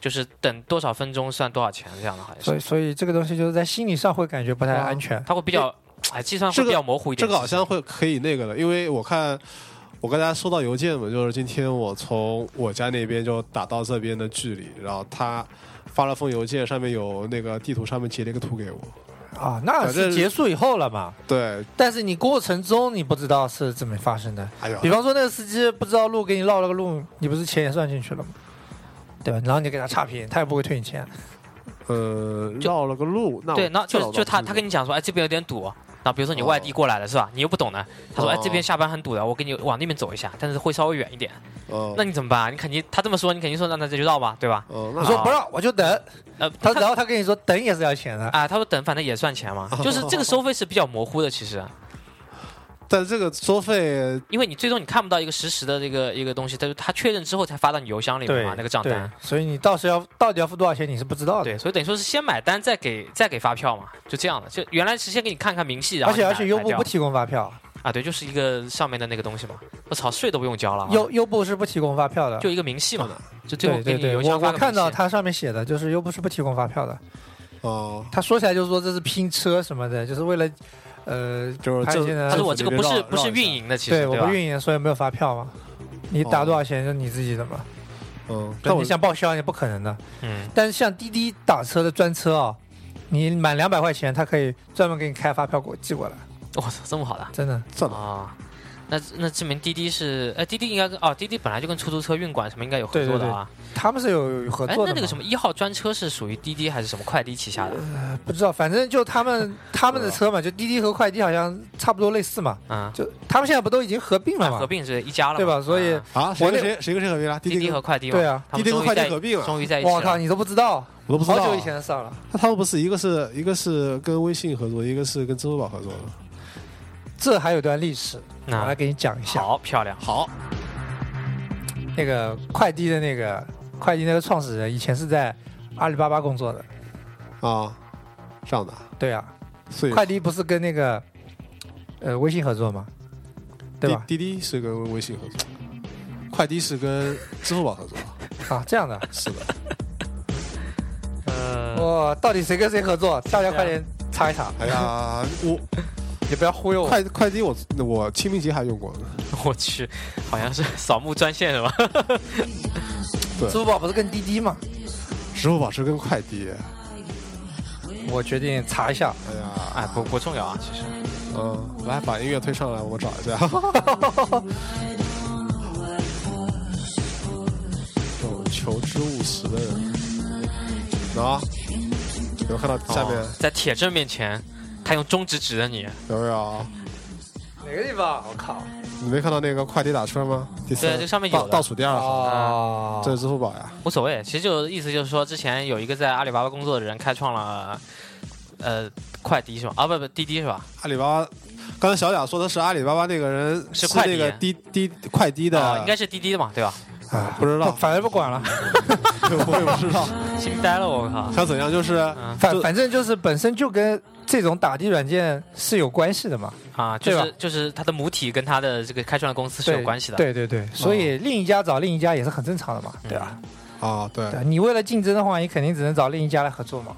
B: 就是等多少分钟算多少钱这样的，好像
D: 所
B: 是。
D: 以所以这个东西就是在心理上会感觉不太安全。
B: 它会比较，哎，计算会
C: 这个
B: 比较模糊一点。
C: 这个好像会可以那个的，因为我看我跟大家收到邮件嘛，就是今天我从我家那边就打到这边的距离，然后他发了封邮件，上面有那个地图上面截了一个图给我。
D: 啊，那
C: 反
D: 是
C: 正
D: 结束以后了嘛。
C: 对，
D: 但是你过程中你不知道是怎么发生的，
C: 哎呦
D: 比，方说那个司机不知道路给你绕了个路，你不是钱也算进去了吗？对吧？然后你给他差评，他也不会退你
B: 啊
D: 钱。
C: 呃，绕了个路，那我
B: 对，那
C: 这
B: 就
C: 老
B: 就他
C: 不
B: 他
C: 知
B: 跟你讲说，哎，这边有点堵。那比如说你外地
D: 哦
B: 过来的是吧？你又不懂呢。他说，哎，这边下班很堵的，我给你往那边走一下，但是会稍微远一点。
C: 哦，
B: 那你怎么办啊？你肯定他这么说，你肯定说那那这就绕吧，对吧？
C: 哦，
D: 你
C: 那
D: 说不让我就等，
B: 呃，
D: 他然后他跟你说等也是要钱的，
B: 啊，他说等，反正也算钱嘛。就是这个收费是比较模糊的，其实，
C: 但这个收费
B: 因为你最终你看不到一个实时的这个一个东西，他他确认之后才发到你邮箱里面
D: 对
B: 嘛，那个账单。
D: 对所以你到时候要到底要付多少钱你是不知道的。
B: 对，所以等于说是先买单，再给再给发票嘛，就这样的。就原来是先给你看看明细，然
D: 而
B: 后你
D: 且
B: 买
D: 而且优
B: 买
D: 步
B: 掉
D: 不提供发票，
B: 啊，对，就是一个上面的那个东西嘛。我操，税都不用交了啊，
D: 优优步是不提供发票的。
B: 就一个明细嘛，就最后
D: 啊
B: 给
D: 对对
B: 你
D: 对，
B: 邮
D: 我
B: 箱发
D: 我
B: 个
D: 看到
B: 明细
D: 它上面写的就是优步是不提供发票的。
C: 哦，
D: 他说起来就是说这是拼车什么的，就是为了呃，
C: 就是
D: 他
C: 政
D: 现在
B: 他说我这个不是不是运，营的，其实
D: 对我
B: 吧哦
D: 不？运营，所以没有发票嘛。你打多少钱是你自己的嘛？
C: 政府那边绕绕一下嗯，但我
D: 那你想报销也不可能的。
B: 嗯，
D: 但是像滴滴打车的专车啊、你满两百块钱，他可以专门给你开发票给我寄过来，
B: 我操，这么好的
D: 真的。
C: 这么
B: 啊？那那证明滴滴是，哎，滴滴应该跟哦，滴滴本来就跟出租车、运管什么应该有合
D: 对对
B: 作的啊。
D: 他们是有有合
B: 哎，
D: 作
B: 那
D: 的嘛。
B: 那个什么一号专车是属于滴滴还是什么快滴旗下的？
D: 不知道，反正就他们 [laughs] 他们的车嘛，就滴滴和快滴好像差不多类似嘛。
B: 嗯，
D: 就他们现在不都已经合并了
B: 那
D: 嘛？
B: 啊合并是一家了嘛，
D: 对吧所以
B: 嗯
C: 啊，谁
D: 我
C: 跟
D: 那
C: 谁谁跟谁合并了？
B: 滴滴
C: 跟
B: 和快滴嘛，
D: 对啊
B: 他们
C: 滴滴
B: 终于
C: 和快滴
B: 在
C: 合并了
B: 终于在一起了。
D: 我靠，你都不知道，
C: 我都不知
D: 好
C: 道啊，
D: 久以前的事儿了。
C: 那他们不是一个是一个是跟微信合作，一个是跟支付宝合作的。
D: 这还有段历史，我
B: 那
D: 来给你讲一
B: 嗯
D: 下。
B: 好漂亮，
C: 好，
D: 那个快滴的那个快滴那个创始人以前是在阿里巴巴工作的，
C: 啊，这样的啊，
D: 对啊，
C: 所以
D: 快滴不是跟那个呃微信合作嘛，对吧？
C: 滴滴滴是跟微信合作，快滴是跟支付宝合作，
D: 啊，这样的，
C: 是的。
B: 呃，
D: 哇，到底谁跟谁合作？大家快点查一查，
C: 哎呀，
B: [laughs]
C: 我
D: 也不要忽悠我。
C: 快快滴我我清明节还用过呢，
B: [laughs] 我去，好像是扫墓专线是吧？ [laughs]
D: 支付宝不是跟滴滴嘛？
C: 支付宝是跟快滴。
D: 我决定查一下。
C: 哎呀，
B: 哎，不不重要啊，其实。
C: 嗯，来把音乐推上来，我找一下。这种求知务实的人，啊，有看到下面、
B: 哦在铁证面前，他用中指指着你。
C: 有没有？
D: 哪个地方？我靠！
C: 你没看到那个快递打车吗？第三，
B: 对这上面有
C: 倒
B: 的
C: 倒数第二行，
D: 哦，
C: 啊这是支付宝呀。
B: 无所谓，其实就意思就是说，之前有一个在阿里巴巴工作的人开创了，呃，快滴是吧？啊，不不，滴滴是吧？
C: 阿里巴巴，刚才小雅说的是阿里巴巴那个人
B: 是快递
C: 那个滴滴快滴的，
B: 啊，应该是滴滴的嘛，对吧？
C: 啊不知道，
D: 反正不管了，
C: [laughs] 我也不
B: [laughs]
C: 知道，
B: 惊呆了，我靠！
C: 想怎样就是
B: 嗯
D: 反
C: 就
D: 反正就是本身就跟这种打的软件是有关系的嘛，
B: 啊，就
D: 对
B: 是
D: 吧
B: 就是他的母体跟他的这个开创的公司是有
D: 对
B: 关系的。，
D: 对对对，所以另一家找另一家也是很正常的嘛，对吧？
C: 啊，对
D: 对，你为了竞争的话，你肯定只能找另一家来合作嘛。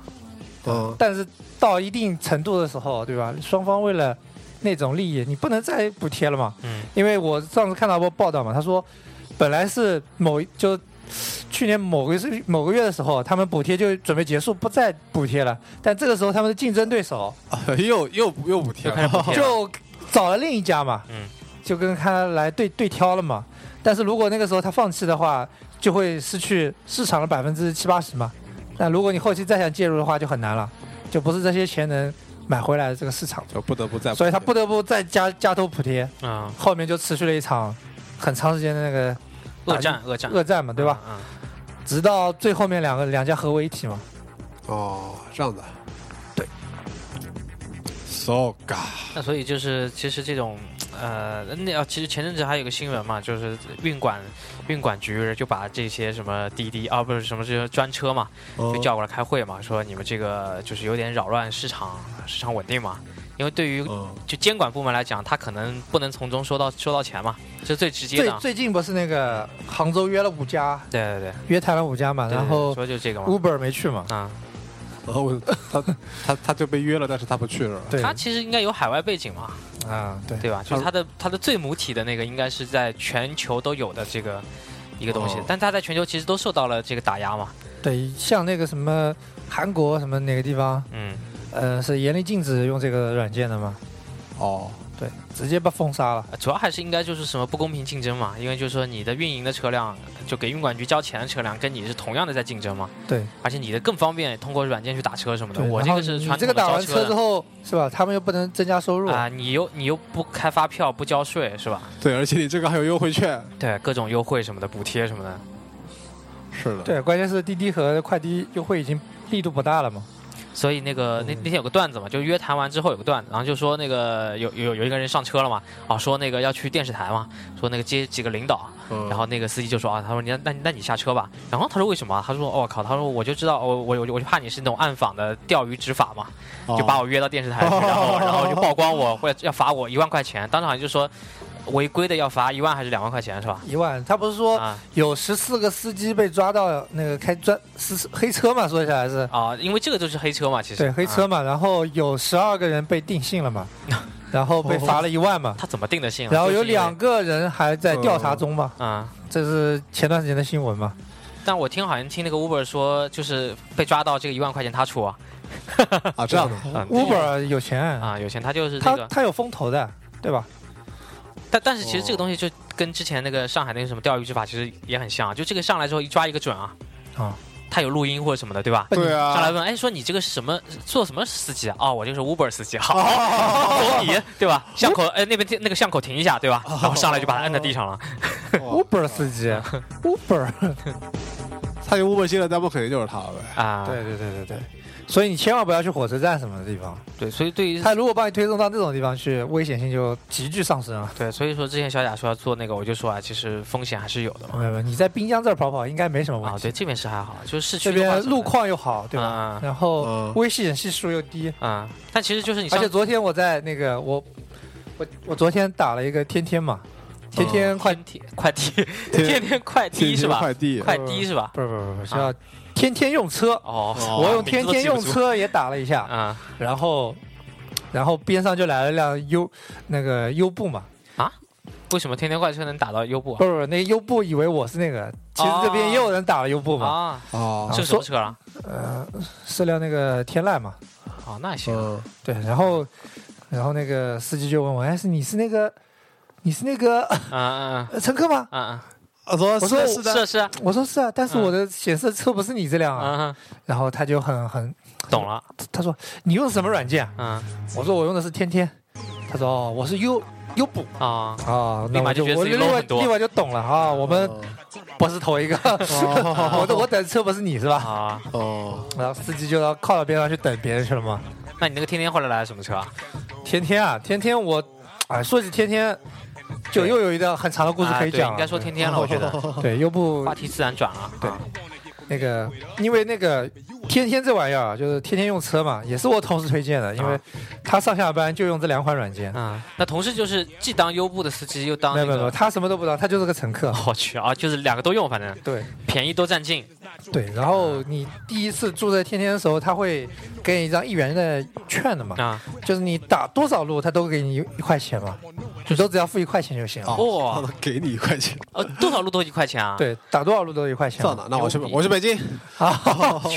C: 嗯， [laughs]
D: 但是到一定程度的时候，对吧？双方为了那种利益，你不能再补贴了嘛。
B: 嗯，
D: 因为我上次看到过报道嘛，他说本来是某就去年某个是某个月的时候，他们补贴就准备结束，不再补贴了。但这个时候他们的竞争对手
C: 又又又补贴
B: 又开始补
C: 了，
B: 贴了
D: 就找了另一家嘛，
B: 嗯，
D: 就跟他来对对挑了嘛。但是如果那个时候他放弃的话，就会失去市场的百分之七八十嘛。那如果你后期再想介入的话，就很难了，就不是这些钱能买回来的这个市场，
C: 就不得不再补贴，
D: 所以他不得不再加加头补贴。
B: 嗯，
D: 后面就持续了一场很长时间的那个
B: 恶战恶战，
D: 恶战嘛，对吧？
B: 嗯？
D: 直到最后面两个两家合为一体嘛。
C: 哦，这样的，
D: 对
C: ，so ga，
B: 嗯，那所以就是其实这种呃，那啊其实前阵子还有个新闻嘛，就是运管运管局就把这些什么滴滴啊，不是什么这些专车嘛，就
D: 哦
C: 嗯
B: 叫过来开会嘛，说你们这个就是有点扰乱市场市场稳定嘛，因为对于
D: 哦
C: 嗯，
B: 就监管部门来讲，他可能不能从中收到收到钱嘛，这是最直接
D: 最
B: 的啊。
D: 最近不是那个杭州约了五家，
B: 对对对，
D: 约谈了五家嘛，
B: 对
D: 然后
B: 说就这个嘛，
D: Uber 没去嘛，
B: 啊，
C: 然后我他他他就被约了，但是他不去了。
D: 对
B: 他其实应该有海外背景嘛，
D: 啊，对，
B: 对吧？就是它的它的最母体的那个应该是在全球都有的这个一个东西
C: 哦，
B: 但它在全球其实都受到了这个打压嘛。
D: 对，像那个什么韩国什么哪个地方，
B: 嗯，
D: 呃，是严厉禁止用这个软件的嘛，
C: 哦，
D: 对，直接被封杀了。
B: 主要还是应该就是什么不公平竞争嘛，因为就是说你的运营的车辆就给运管局交钱的车辆跟你是同样的在竞争嘛，
D: 对，
B: 而且你的更方便通过软件去打车什么的。
D: 对
B: 我
D: 然
B: 这
D: 后
B: 个是
D: 你
B: 传
D: 这
B: 统
D: 个
B: 的
D: 打
B: 交
D: 完
B: 车
D: 车之
B: 的。
D: 后是吧？他们又不能增加收入，
B: 啊，你又你又不开发票不交税是吧？
C: 对，而且你这个还有优惠券，
B: 对，各种优惠什么的，补贴什么的，
C: 是的，，
D: 对，关键是滴滴和快滴优惠已经力度不大了嘛。
B: 所以那个那那天有个段子嘛，就约谈完之后有个段子，然后就说那个有有有一个人上车了嘛，啊说那个要去电视台嘛，说那个接几个领导，
C: 嗯、
B: 然后那个司机就说啊，他说你那那那你下车吧，然后他说为什么啊？他说我、靠，他说我就知道我我我就怕你是那种暗访的钓鱼执法嘛，
C: 哦
B: 就把我约到电视台去，然后然后就曝光我或者要罚我一万块钱，当场就说违规的要罚一万还是两万块钱是吧？
D: 一万，他不是说
B: 啊
D: 有十四个司机被抓到那个开专是黑车嘛？说起来是
B: 啊，因为这个就是黑车嘛，其实
D: 对黑车
B: 啊
D: 嘛，然后有十二个人被定性
B: [laughs]
D: 了嘛，然后被罚了一万嘛，
B: 他怎么定的性啊？
D: 然后
B: 就是
D: 有
B: 因为
D: 两个人还在调查中嘛，
B: 啊。
D: 这是前段时间的新闻嘛。
B: 但我听好像听那个 Uber 说，就是被抓到这个一万块钱他出啊， [laughs]
C: 啊这样的，
B: 嗯
D: Uber 有钱，
B: 啊，有钱他就是这
D: 他
B: 个，
D: 他有风投的，对吧？
B: 但但是其实
D: 哦
B: 这个东西就跟之前那个上海那个什么钓鱼执法其实也很像啊，就这个上来之后一抓一个准啊，
D: 啊，
B: 他有录音或者什么的，对吧？
C: 对
B: 上来
C: 啊，
B: 问，哎，说你这个是什么做什么司机啊？哦，我这个是 Uber 司机，好，
D: 哦
C: 哦
B: 走 [laughs] 你，对吧？巷口，哎，那边停那个巷口停一下，对吧？然后上来就把他摁在地上了，
C: 哇
D: Uber 司机，Uber，
C: 他有 Uber 进来，那不肯定就是他呗。
B: 啊，
D: [laughs] 哦对对对对对，所以你千万不要去火车站什么的地方，
B: 对，所以对于
D: 他如果把你推送到那种地方去，危险性就急剧上升啊了。
B: 对，所以说之前小贾说要做那个，我就说啊，其实风险还是有的嘛。
D: 没有，没有你在滨江这儿跑跑应该没什么问
B: 啊，
D: 题。
B: 对，这边是还好，就是市区
D: 哦这
B: 的话
D: 边
B: 什么
D: 路啊
B: 的
D: 况又好，对
B: 嗯？
D: 吧然后
C: 嗯
D: 危险系数又低，
B: 啊、但其实就是你
D: 而
B: 上
D: 且昨天我在那个我我我昨天打了一个天天嘛，天天快
B: 天天快递，
C: 天
B: [laughs] 天天快
C: 天
B: 递
C: 天
B: 是吧？
C: 快递，
B: 快
D: 嗯
B: 递是吧？
D: 不是不是不是叫啊天天用车，
B: 哦，
C: 哦
D: 我用
B: 名字
D: 天
B: 都
D: 天
B: 记不
D: 用
B: 住
D: 车也打了一下，
B: 啊、
D: 然后然后边上就来了辆优那个优步嘛，
B: 为什么天天快车能打到优步啊
D: 不是不是那优步以为我是那个，其实这边也有人打了优步嘛，
B: 啊？
C: 啊，
B: 这是什么车了？
D: 呃是辆那个天籁嘛，
B: 哦，那也行。
C: 嗯，
D: 对，然后然后那个司机就问我，哎是你是那个你是那个。 [laughs]
B: 嗯嗯
D: 呃乘客吗？
B: 嗯
C: 我说
D: 我
C: 是
D: 说
C: 的
B: 嗯，
C: 是的，
B: 是是啊
D: 我说啊是啊，但是我的显示车不是你这辆啊。
B: 嗯，
D: 然后他就很很，
B: 懂了。
D: 他说你用的什么软件啊？
B: 嗯
D: 我说我用的是天天。他说哦，我是优优步
B: 啊，
D: 啊，
B: 立
D: 那
B: 马
D: 我
B: 就觉得
D: 我
B: 自己
D: 另
B: low
D: 外
B: 很多
D: 另外就懂了啊，我们不是同一个，
B: 哦
D: 我的我等车不是你是吧？
B: 啊，
C: 哦，
D: 然后司机就到靠到边上去等别人去了嘛。
B: 那你那个天天后来来了什么车啊？
D: 天天啊，天天我，哎，说起天天，就又有一段很长的故事可以
B: 啊对
D: 讲了。嗯
B: 应该说天天了，我觉得
D: 对优步
B: 话题自然转了。
D: 对
B: 啊
D: 那个，因为那个天天这玩意儿啊，就是天天用车嘛，也是我同事推荐的，因为
B: 啊
D: 他上下班就用这两款软件。
B: 嗯，那同事就是既当优步的司机，又当那
D: 没有没有没
B: 个。
D: 有，他什么都不知道，他就是个乘客。
B: [laughs] 我去啊，就是两个都用，反正
D: 对
B: 便宜都占尽。
D: 对，然后你第一次住在天天的时候，他会给你一张一元的券的嘛，
B: 啊，
D: 就是你打多少路，他都给你一一块钱嘛，你都只要付一块钱就行了。
B: 哇
C: 哦， [laughs] 他给你一块钱，
B: 呃，多少路都一块钱啊？，
D: 对，打多少路都一块钱嘛。
C: 算了，那我去
B: 牛逼
C: 我去北
D: [laughs]
C: 京， [laughs]
D: 啊，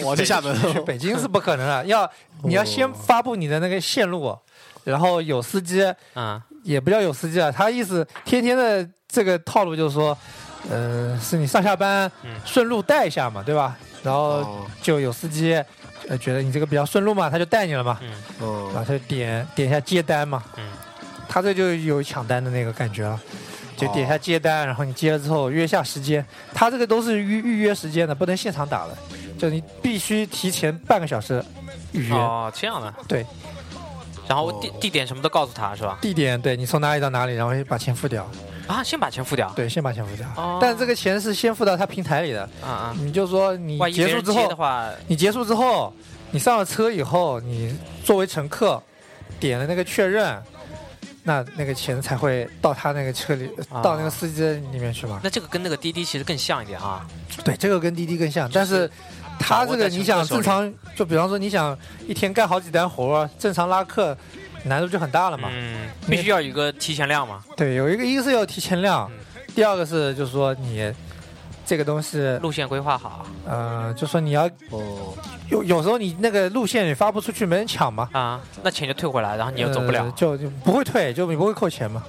C: 我去厦门，
D: [laughs] 去北京是不可
C: [laughs]
D: 能的，要你要先发布你的那个线路，哦然后有司机
B: 嗯，
D: 也不叫有司机啊，他意思天天的这个套路就是说，呃，是你上下班
B: 嗯
D: 顺路带一下嘛，对吧？然后
C: 哦
D: 就有司机，呃，觉得你这个比较顺路嘛，他就带你了嘛，
B: 嗯
D: 然
C: 嗯
D: 啊后他就点点一下接单嘛，
B: 嗯，
D: 他这就有抢单的那个感觉了。就点一下接单，然后你接了之后约下时间，他这个都是预预约时间的，不能现场打的，就你必须提前半个小时预约。
B: 哦哦，这样的，
D: 对，
B: 然后地地点什么都告诉他是吧？
D: 地点对你从哪里到哪里，然后把钱付掉。
B: 啊，先把钱付掉。
D: 对，先把钱付掉。
B: 哦
D: 但这个钱是先付到他平台里的，
B: 啊啊，
D: 你就说你
B: 万一
D: 结
B: 别
D: 束
B: 人
D: 之
B: 接的
D: 后，
B: 话，
D: 你结束之后，你上了车以后，你作为乘客点了那个确认，那那个钱才会到他那个车里，
B: 啊
D: 到那个司机里面去嘛。
B: 那这个跟那个滴滴其实更像一点啊。
D: 对，这个跟滴滴更像，但是他这
B: 掌握在
D: 个
B: 乘
D: 你
B: 客
D: 想
B: 手
D: 正
B: 里
D: 常，就比方说你想一天干好几单活儿，正常拉客难度就很大了嘛。
B: 嗯，必须要有一个提前量嘛，
D: 对，有一个一个是要提前量，
B: 嗯
D: 第二个是就是说你这个东西，
B: 路线规划好
D: 呃，就说你要
C: 哦，
D: 有有时候你那个路线你发不出去，没人抢嘛。
B: 啊，那钱就退回来，然后你又走不了
D: 呃就就不会退，就你不会扣钱嘛。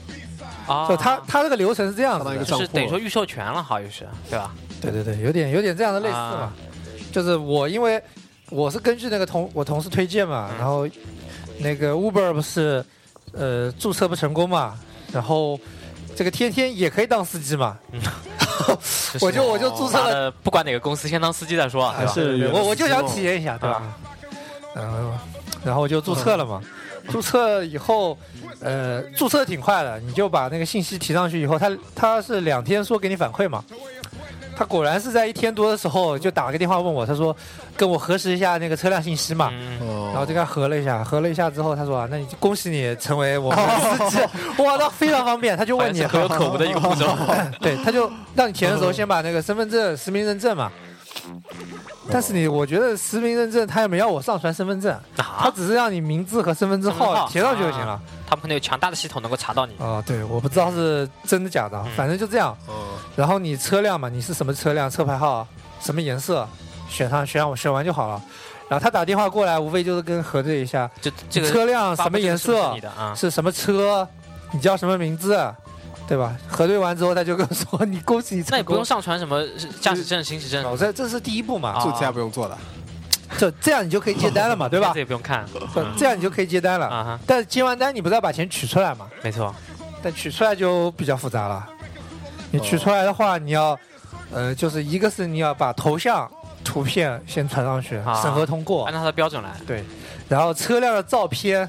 B: 啊。
D: 就他他这个流程是这样子
C: 相当于一
D: 的
C: 个，
B: 就是
C: 账户
B: 等于说预授权了，好像是对
D: [laughs]
B: 吧？
D: 对对对，有点有点这样的类似嘛
B: 啊。
D: 就是我因为我是根据那个同我同事推荐嘛，
B: 嗯
D: 然后那个 Uber 不是呃注册不成功嘛，然后这个天天也可以当司机嘛，
B: 嗯
D: [laughs]
B: 是
D: 我就我就注册
B: 妈
D: 了，
B: 的，不管哪个公司，先当司机再说啊，
C: 还
B: 对吧？
C: 是
D: 我我就想体
C: 起，
D: 验一下，对吧
B: 啊？
D: 然后然后我就注册了嘛。注册以后，呃，注册挺快的，你就把那个信息提上去以后，他他是两天说给你反馈嘛。他果然是在一天多的时候就打了个电话问我，他说跟我核实一下那个车辆信息嘛。
B: 嗯，
C: 然
D: 然后就跟他核了一下，核了一下之后，他说啊，那你恭喜你成为我们的司机，哇，那非常方便。他就
B: 好
D: 问
B: 像
D: 你
B: 是可有
D: [laughs]
B: 可无的一个步骤。
D: [coughs] 对，他就让你填的时候先把那个身份证实名认证嘛。
B: 嗯
D: 但是你，我觉得实名认证他也没要我上传身份证，他
B: 啊，
D: 只是让你名字和身份证
B: 身份
D: 号
B: 号啊
D: 填上去就行了。
B: 他们可能有强大的系统能够查到你。
D: 哦，对，我不知道是真的假的，
B: 嗯
D: 反正就这样。然后你车辆嘛，你是什么车辆，车牌号，什么颜色，选上选上我选完就好了。然后他打电话过来，无非就是跟核对一下
B: 就这个
D: 车辆
B: 发
D: 什
B: 布
D: 么
B: 这个
D: 颜
B: 是不是
D: 色
B: 你，的啊？
D: 是什么车，你叫什么名字，对吧？核对完之后，他就跟我说 [laughs] 你恭喜你
B: 那也
D: 成
B: 不
D: 功
B: 用。上传什么驾驶证、行驶证，
D: 哦，这这是第一步嘛，
B: 嗯啊
C: 这哦家不用做的，
D: 这这样你就可以接单了嘛，对吧啊
B: 这？也不用看
D: 不这样你就可以接单了。
B: 啊哈，
D: 但接完单，你不是要把钱取出来嘛？
B: 没错，
D: 但取出来就比较复杂了。你
B: 哦
D: 取出来的话，你要，呃，就是一个是你要把头像、图片先传上去，
B: 啊
D: 审核通过
B: 按。照他的标准来。
D: 对，然后车辆的照片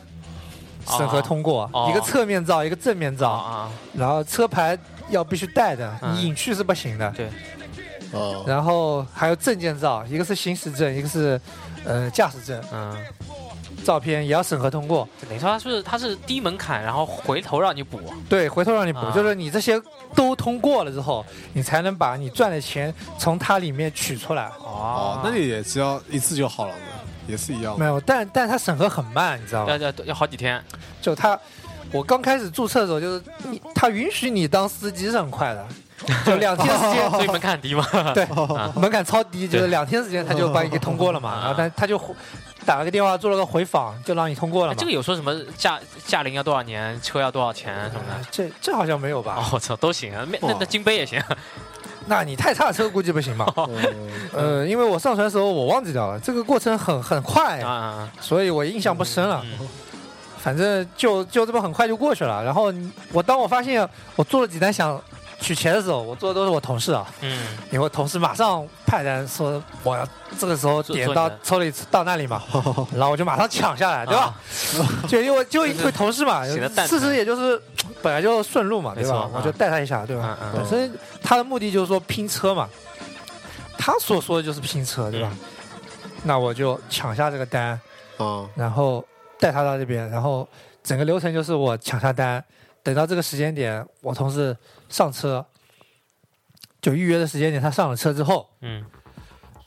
D: 审核通过
B: 哦，
D: 一个侧面照，一个正面
B: 啊
D: 照。
B: 啊，
D: 然后车牌要必须带的，
B: 嗯
D: 你隐去是不行的。
B: 对，
C: 哦，
D: 然后还有证件照，一个是行驶证，一个是呃驾驶证，
B: 嗯，
D: 照片也要审核通过。
B: 等于说他是他是低门槛，然后回头让你补。
D: 对，回头让你补，
B: 啊
D: 就是你这些都通过了之后，你才能把你赚的钱从它里面取出来。
C: 哦
B: 哦，
C: 那你也只要一次就好了嘛，也是一样
D: 啊没
C: 的。
D: 有，但但它审核很慢，你知道吗
B: 哦要？要要好几天。
D: 就它，我刚开始注册的时候，就是你它允许你当司机是很快
B: [laughs]
D: 的，就两天时间
B: 所以门槛很低嘛。
D: 哦对
B: 啊，
D: 门槛超低，就是两天时间他就把你给通过了嘛，
B: 啊
D: 然后他他就回打了个电话做了个回访，就让你通过了嘛。
B: 哎啊这个有说什么驾驾龄要多少年，车要多少钱什么的？
D: 呃这这好像没有吧？
B: 哦，我操，都行啊，那那那金杯也行。
D: 那你太差车估计不行吧？
C: 嗯
D: 呃，因为我上传的时候我忘记掉了，这个过程很很快，
B: 啊，
D: 所以我印象不深了。
B: 嗯
D: 反正就就这么很快就过去了。然后你我当我发现我做了几单想取钱的时候，我做的都是我同事啊，
B: 嗯，
D: 因为我同事马上派人说我要这个时候
B: 做
D: 点
B: 做
D: 到
B: 你的
D: 抽里到那里
B: [laughs]
D: 嘛，然后我就马上抢下哎来，对吧？
B: 啊
D: 就因为就因为同
B: [laughs]
D: 事嘛
B: 显得，蛋疼
D: 事实也就是本来就顺路嘛，对
B: 没错
D: 吧
B: 嗯？
D: 我就带他一下，对吧
B: 嗯嗯？
D: 本身他的目的就是说拼车嘛，他所说的就是拼车，
B: 嗯
D: 对吧？那我就抢下这个单，
C: 啊，
D: 然后带他到这边，然后整个流程就是我抢下单，等到这个时间点，我同事上车，就预约的时间点，他上了车之后，
B: 嗯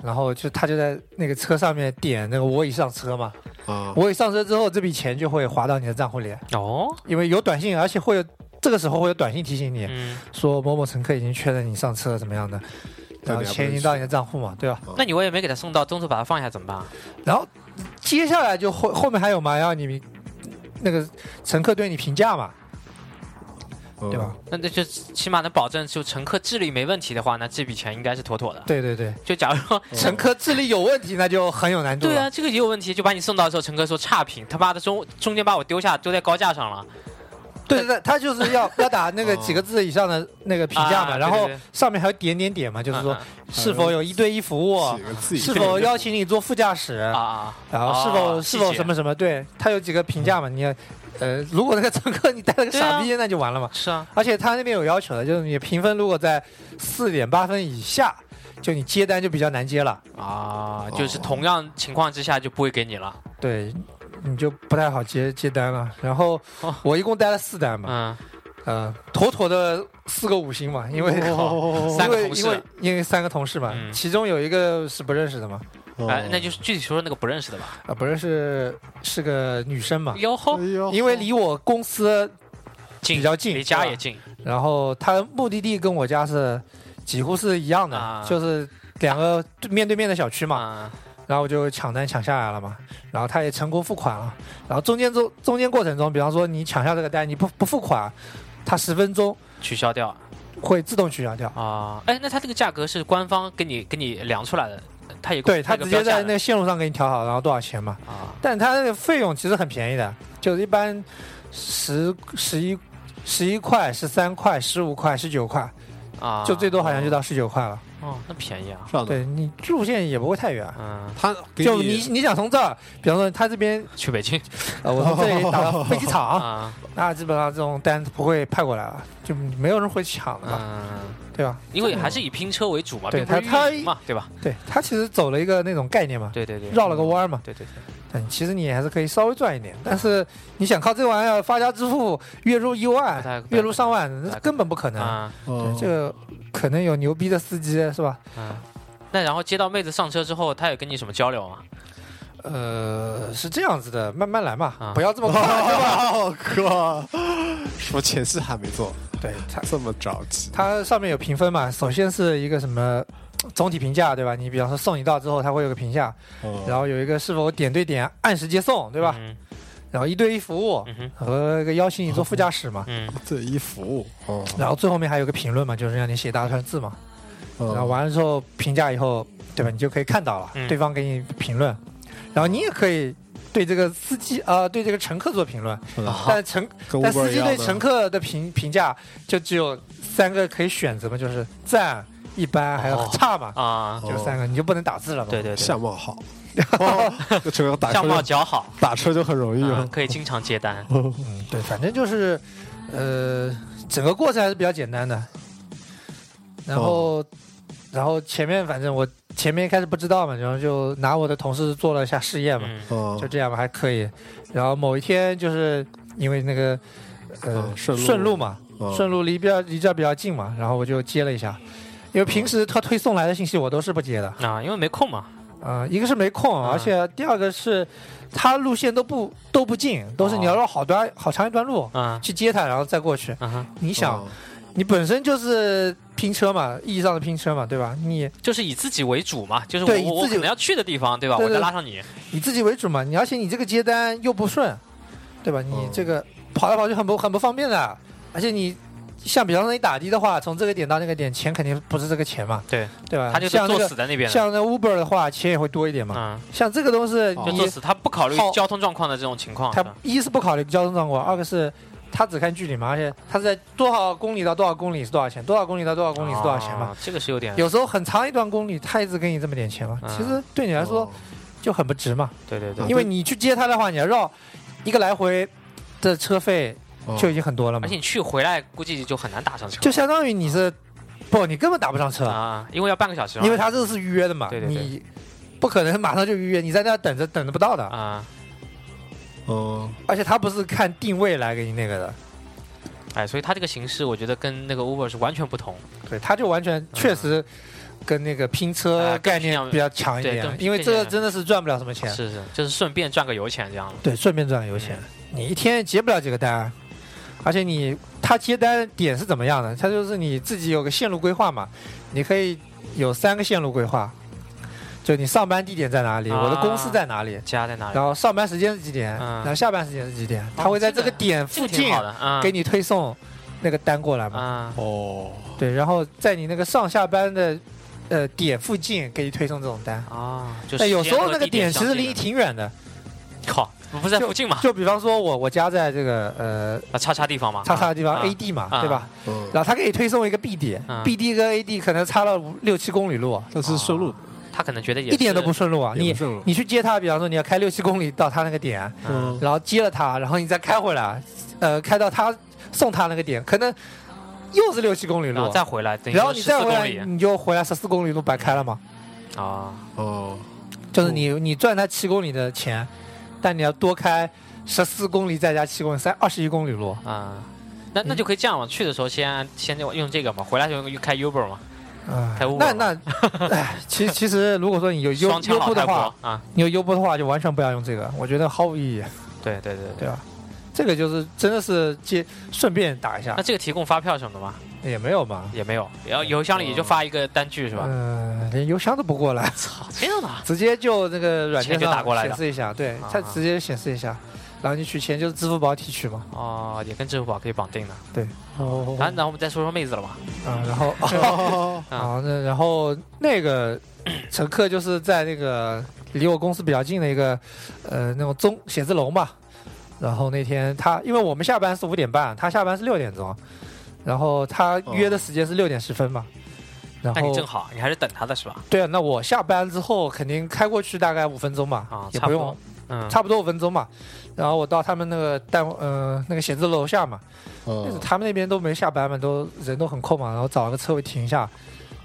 D: 然后就他就在那个车上面点那个我已上车嘛，
C: 啊，
D: 我已上车之后，这笔钱就会划到你的账户里，
B: 哦，
D: 因为有短信，而且会有这个时候会有短信提醒你
B: 嗯，
D: 说某某乘客已经确认你上车怎么样的，然后
B: 啊
D: 钱已经到你的账户嘛，对吧？
B: 那你我也没给他送到，中途把他放下怎么办？啊
D: 然后接下来就后后面还有嘛，要你那个乘客对你评价嘛，对
C: 对
D: 吧？？
B: 那那就起码能保证，就乘客智力没问题的话，那这笔钱应该是妥妥的。
D: 对对对，
B: 就假如说，
D: 乘客智力有问题，那就很有难度了。
B: 哦对啊，，这个也有问题，就把你送到的时候，乘客说差评，他妈的中中间把我丢下，丢在高架上了，
D: 对对，他就是要要打那个几个字以上的那个评价嘛，
B: 哦啊
D: 然
B: 对
D: 后
B: 对对
D: 上面还有点点点嘛，就是说
B: 嗯嗯
D: 是否有一对一服务，
C: 几个字以
D: 是
C: 上
D: 否
C: [laughs]
D: 邀请你坐副驾驶，
B: 啊啊，
D: 然后是否
B: 啊
D: 是否什？
B: 细节
D: 么什么，对他有几个评价嘛，你要呃，如果那个乘客你带了个
B: 对啊
D: 傻逼，那就完了嘛。
B: 是啊，
D: 而且他那边有要求的，就是你评分如果在四点八分以下，就你接单就比较难接了，哦
B: 啊，就是同样情况之下就不会给你了。
D: 对，你就不太好接接单了。然后
B: 哦
D: 我一共带了四单嘛，
B: 嗯，
D: 呃，妥妥的四个五星嘛，因为 [laughs]
C: 哦
B: 三
D: 因
B: 个
D: 为
B: 同事
D: 因为因为三个同事嘛，
B: 嗯
D: 其中有一个是不认识的嘛，
C: 哦
B: 哎，那就是具体说说那个不认识的吧。
D: 啊、不认识是个女生嘛，
B: 哟
C: 哎
B: 吼，
C: 呦
D: 因为离我公司
B: 近
D: [laughs] 比较近
B: 离家
D: 对吧
B: 也近
D: 然后他目的地跟我家是几乎是一样的，
B: 啊
D: 就是两个对面对面的小区嘛。
B: 嘛。
D: 然后我就抢单抢下来了嘛，然后他也成功付款了。然后中间中中间过程中，比方说你抢下这个单，你不不付款，他十分钟
B: 取消掉
D: 会自动取消掉。
B: 啊！哎，那他这个价格是官方给你给你量出来的，他也
D: 对
B: 他
D: 他直接在那个线路上给你调好，然后多少钱嘛？
B: 啊
D: 但他那个费用其实很便宜的，就是一般十十一十一块、十三块、十五块、十九块，
B: 啊，
D: 就最多好像就到十九块了。
B: 哦，那便宜啊，
C: 上的，
D: 对你路线也不会太远，
B: 嗯，
C: 他给
D: 就你你想从这儿，比方说他这边
B: 去北京
D: 呃
B: [laughs]
D: 我从这里打到飞机场，
B: 啊，
D: 那基本上这种单不会派过来了，就没有人会抢的嘛，
B: 嗯，
D: 对吧？
B: 因为还是以拼车为主嘛，
D: 对
B: 并不是
D: 他
B: 运营嘛，对吧？
D: 对他其实走了一个那种概念嘛，
B: 对对对，
D: 绕了个弯儿嘛。
B: 对对对，
D: 但其实你还是可以稍微赚一点，但是你想靠这玩意儿发家致富，月入一
B: 嗯不太
D: 万
B: 不、太
D: 月入上万，
B: 太
D: 那根本不可能。
B: 啊
D: 对
C: 哦，
D: 这个可能有牛逼的司机是吧？
B: 嗯。那然后接到妹子上车之后，他有跟你什么交流吗？
D: 呃，是这样子的，慢慢来
B: 啊
D: 嘛，不
B: [laughs]
D: 要
C: [laughs]
D: 这么快，对吧？
C: 哦靠，什么前戏还没做，
D: 对他，
C: 这么着急？
D: 它上面有评分嘛，首先是一个什么总体评价，对吧？你比方说送你到之后，它会有个评价，然
C: 哦
D: 后有一个是否点对点按时接送，对
B: 对
D: 吧？
B: 嗯
D: 然后一对一服务
B: 嗯哼
D: 和一个邀请你坐副驾驶嘛，
B: 嗯，
C: 这一服务，哦，
D: 然后最后面还有个评论嘛，就是让你写大串字嘛。然后
C: 哦
D: 完了之后评价以后，对吧？你就可以看到了
B: 嗯
D: 对方给你评论，然后你也可以对这个司机呃对这个乘客做评论，
C: 是
B: 哦
C: 的
D: 但乘
C: 跟
D: 但司
C: Uber 一
D: 机
C: 样
D: 对
C: 的
D: 乘客的评评价就只有三个可以选择嘛，就是赞、一般还有
B: 哦
D: 差嘛，
B: 啊，
D: 就三个，你就不能打字了嘛。
B: 对对对，
C: 相貌好，这乘客打
B: 相貌
C: 车就
B: 姣好，
C: 打车就很容易
B: 嗯
C: 了。
B: 可以经常接单。
D: 嗯，对，反正就是，呃，整个过程还是比较简单的。然后，然后前面反正我前面一开始不知道嘛，然后就拿我的同事做了一下试验嘛，
B: 嗯
C: 哦
D: 就这样吧，还可以。然后某一天就是因为那个呃
C: 嗯顺路
D: 嘛，
B: 嗯
C: 哦
D: 顺路离边离这儿比较近嘛，然后我就接了一下。因为平时他推送来的信息我都是不接的，
B: 啊，因为没空嘛，
D: 啊，一个是没空，
B: 嗯
D: 而且第二个是，他路线都不都不近，都
B: 嗯
D: 是你要绕好端好长一段路
B: 啊
D: 去接他，然后再过去。
B: 啊哈，
D: 你想
C: 哦，
D: 你本身就是拼车嘛，意义上的拼车嘛，对吧？你
B: 就是以自己为主嘛，就是
D: 对
B: 我
D: 以
B: 我
D: 自己
B: 可能要去的地方，对吧？
D: 对
B: 我
D: 对啊
B: 再拉上你，
D: 以自己为主嘛，你而且你这个接单又不顺，对吧？你
C: 嗯
D: 这个跑来跑去很不很不方便的，而且你像比方说你打的的话，从这个点到那个点，钱肯定不是这个钱嘛，
B: 对，
D: 对吧？
B: 他就是
D: 像那
B: 坐
D: 个
B: 死在那边了，
D: 像那 Uber 的话，钱也会多一点嘛。
B: 嗯，
D: 像这个东西，
C: 哦
B: 就
D: 你
B: 坐死，他不考虑
D: 好
B: 交通状况的这种情况，
D: 他
B: 是吧
D: 一是不考虑交通状况，二个是他只看距离嘛，而且他是在多少公里到多少公里是多少钱，多少公里到多少公里是多少钱嘛。
B: 啊这个是有点，
D: 有时候很长一段公里，他一直给你这么点钱嘛，
B: 嗯
D: 其实对你来说
C: 哦
D: 就很不值嘛，
B: 对对对
C: 嗯，
D: 因为你去接他的话，你要绕一个来回的车费
C: 哦
D: 就已经很多了
B: 而
D: 嘛
B: 且，你去回来估计就很难打上车，
D: 就相当于你是不，你根本打不上车，
B: 啊，因为要半个小时嘛，
D: 因为他这个是预约的嘛，
B: 对对对
D: 你不可能马上就预约，你在那儿等着等着不到的，
B: 啊，
C: 哦
D: 而且他不是看定位来给你那个的，
B: 哎，所以他这个形式我觉得跟那个 Uber 是完全不同，
D: 对，他就完全确实跟那个拼车
B: 嗯啊
D: 概念比较强一
B: 对
D: 点
B: 更，
D: 因为这个真的是赚不了什么钱，
B: 是是，就是顺便赚个油钱这样的，
D: 对，顺便赚油钱。
B: 嗯
D: 你一天也结不了几个单，而且你他接单点是怎么样的？他就是你自己有个线路规划嘛，你可以有三个线路规划，就你上班地点在哪里，
B: 啊
D: 我的公司在哪里，
B: 家在哪里
D: 然？后上班时间是几点，
B: 嗯哦
D: 然后下班时间是几点，他会在这个点
B: 这
D: 附
B: 个挺
D: 近
B: 好的啊，
D: 给你推送那个单过来嘛。
B: 啊，
C: 哦，
D: 对，然后在你那个上下班的呃点附近给你推送这种单。
B: 啊，就
D: 但
B: 时
D: 有
B: 间
D: 时候
B: 和
D: 那个
B: 地点
D: 点其实
B: 相
D: 离你
B: 近的
D: 挺远的，
B: 靠，不是在附近嘛？
D: 就比方说我我家在这个呃
B: 啊，叉叉地方嘛，
D: 叉叉的地方
B: 啊
D: A D 嘛，
B: 啊
D: 对吧？
C: 嗯，
D: 然后它可以推送一个 B
B: 啊
D: D，B D 跟 A D 可能差了五六七公里路，啊
C: 但是顺路，
B: 他可能觉得啊也
D: 一点都
B: 是
D: 不顺路啊！
C: 也
D: 你
C: 不顺路
D: 你去接它，比方说你要开六七公里到它那个点，
B: 啊
C: 嗯，
D: 然后接了它，然后你再开回来，呃，开到它送它那个点，可能又是六七公里
B: 然后
D: 路，
B: 再回来，等于
D: 然后你
B: 14
D: 再回
B: 公
D: 来，
B: 里
D: 你就回来十四公里路白开了嘛。
B: 啊，
C: 哦，
D: [laughs] 就是你你赚它七公里的钱，但你要多开十四公里再加七公里，三二十一公里路。
B: 啊，那
D: 嗯
B: 那就可以这样嘛，去的时候先先用这个嘛，回来就用开 Uber 嘛，
D: 啊
B: 开 Uber
D: 那
B: [laughs]
D: 那，哎，其其实如果说你有优
B: 双枪
D: 优
B: 老
D: 步
B: 太
D: 的话
B: 婆，啊，
D: 你有优步的话就完全不要用这个，我觉得毫无意义，
B: 对对对对。
D: 对吧？这个就是真的是接顺便打一下
B: 那，这个提供发票什么的吗？
D: 也没有嘛，
B: 也没有，然后邮箱里也就发一个单据是吧？
D: 嗯、连邮箱都不过来，
B: 呃操，这样的啊
D: 直接就那个软件
B: 钱就
D: 上
B: 打过来的
D: 显示一下，对
B: 啊，
D: 它直接显示一下，然后你取钱就是支付宝提取嘛，
B: 哦，也跟支付宝可以绑定的。
D: 哦
B: 然后，然后我们再说说妹子了吧？
D: 啊，然
B: [laughs]
D: 后
C: 哦
B: 啊
D: 啊，那然后那个 [clears throat] 乘客就是在那个离我公司比较近的一个呃那种中写字楼嘛。然后那天他，因为我们下班是五点半，他下班是六点钟，然后他约的时间是六点十分嘛。然
B: 哦那你正
D: 后
B: 好，你还是等他的是吧？
D: 对啊，那我下班之后肯定开过去大概五分钟嘛，
B: 啊，
D: 也
B: 差不
D: 用
B: 多，嗯，
D: 差不多五分钟嘛。然后我到他们那个单呃那个写字楼下嘛，但
B: 嗯
D: 是
C: 哦，
D: 他们那边都没下班嘛，都人都很空嘛，然后找了个车位停一下，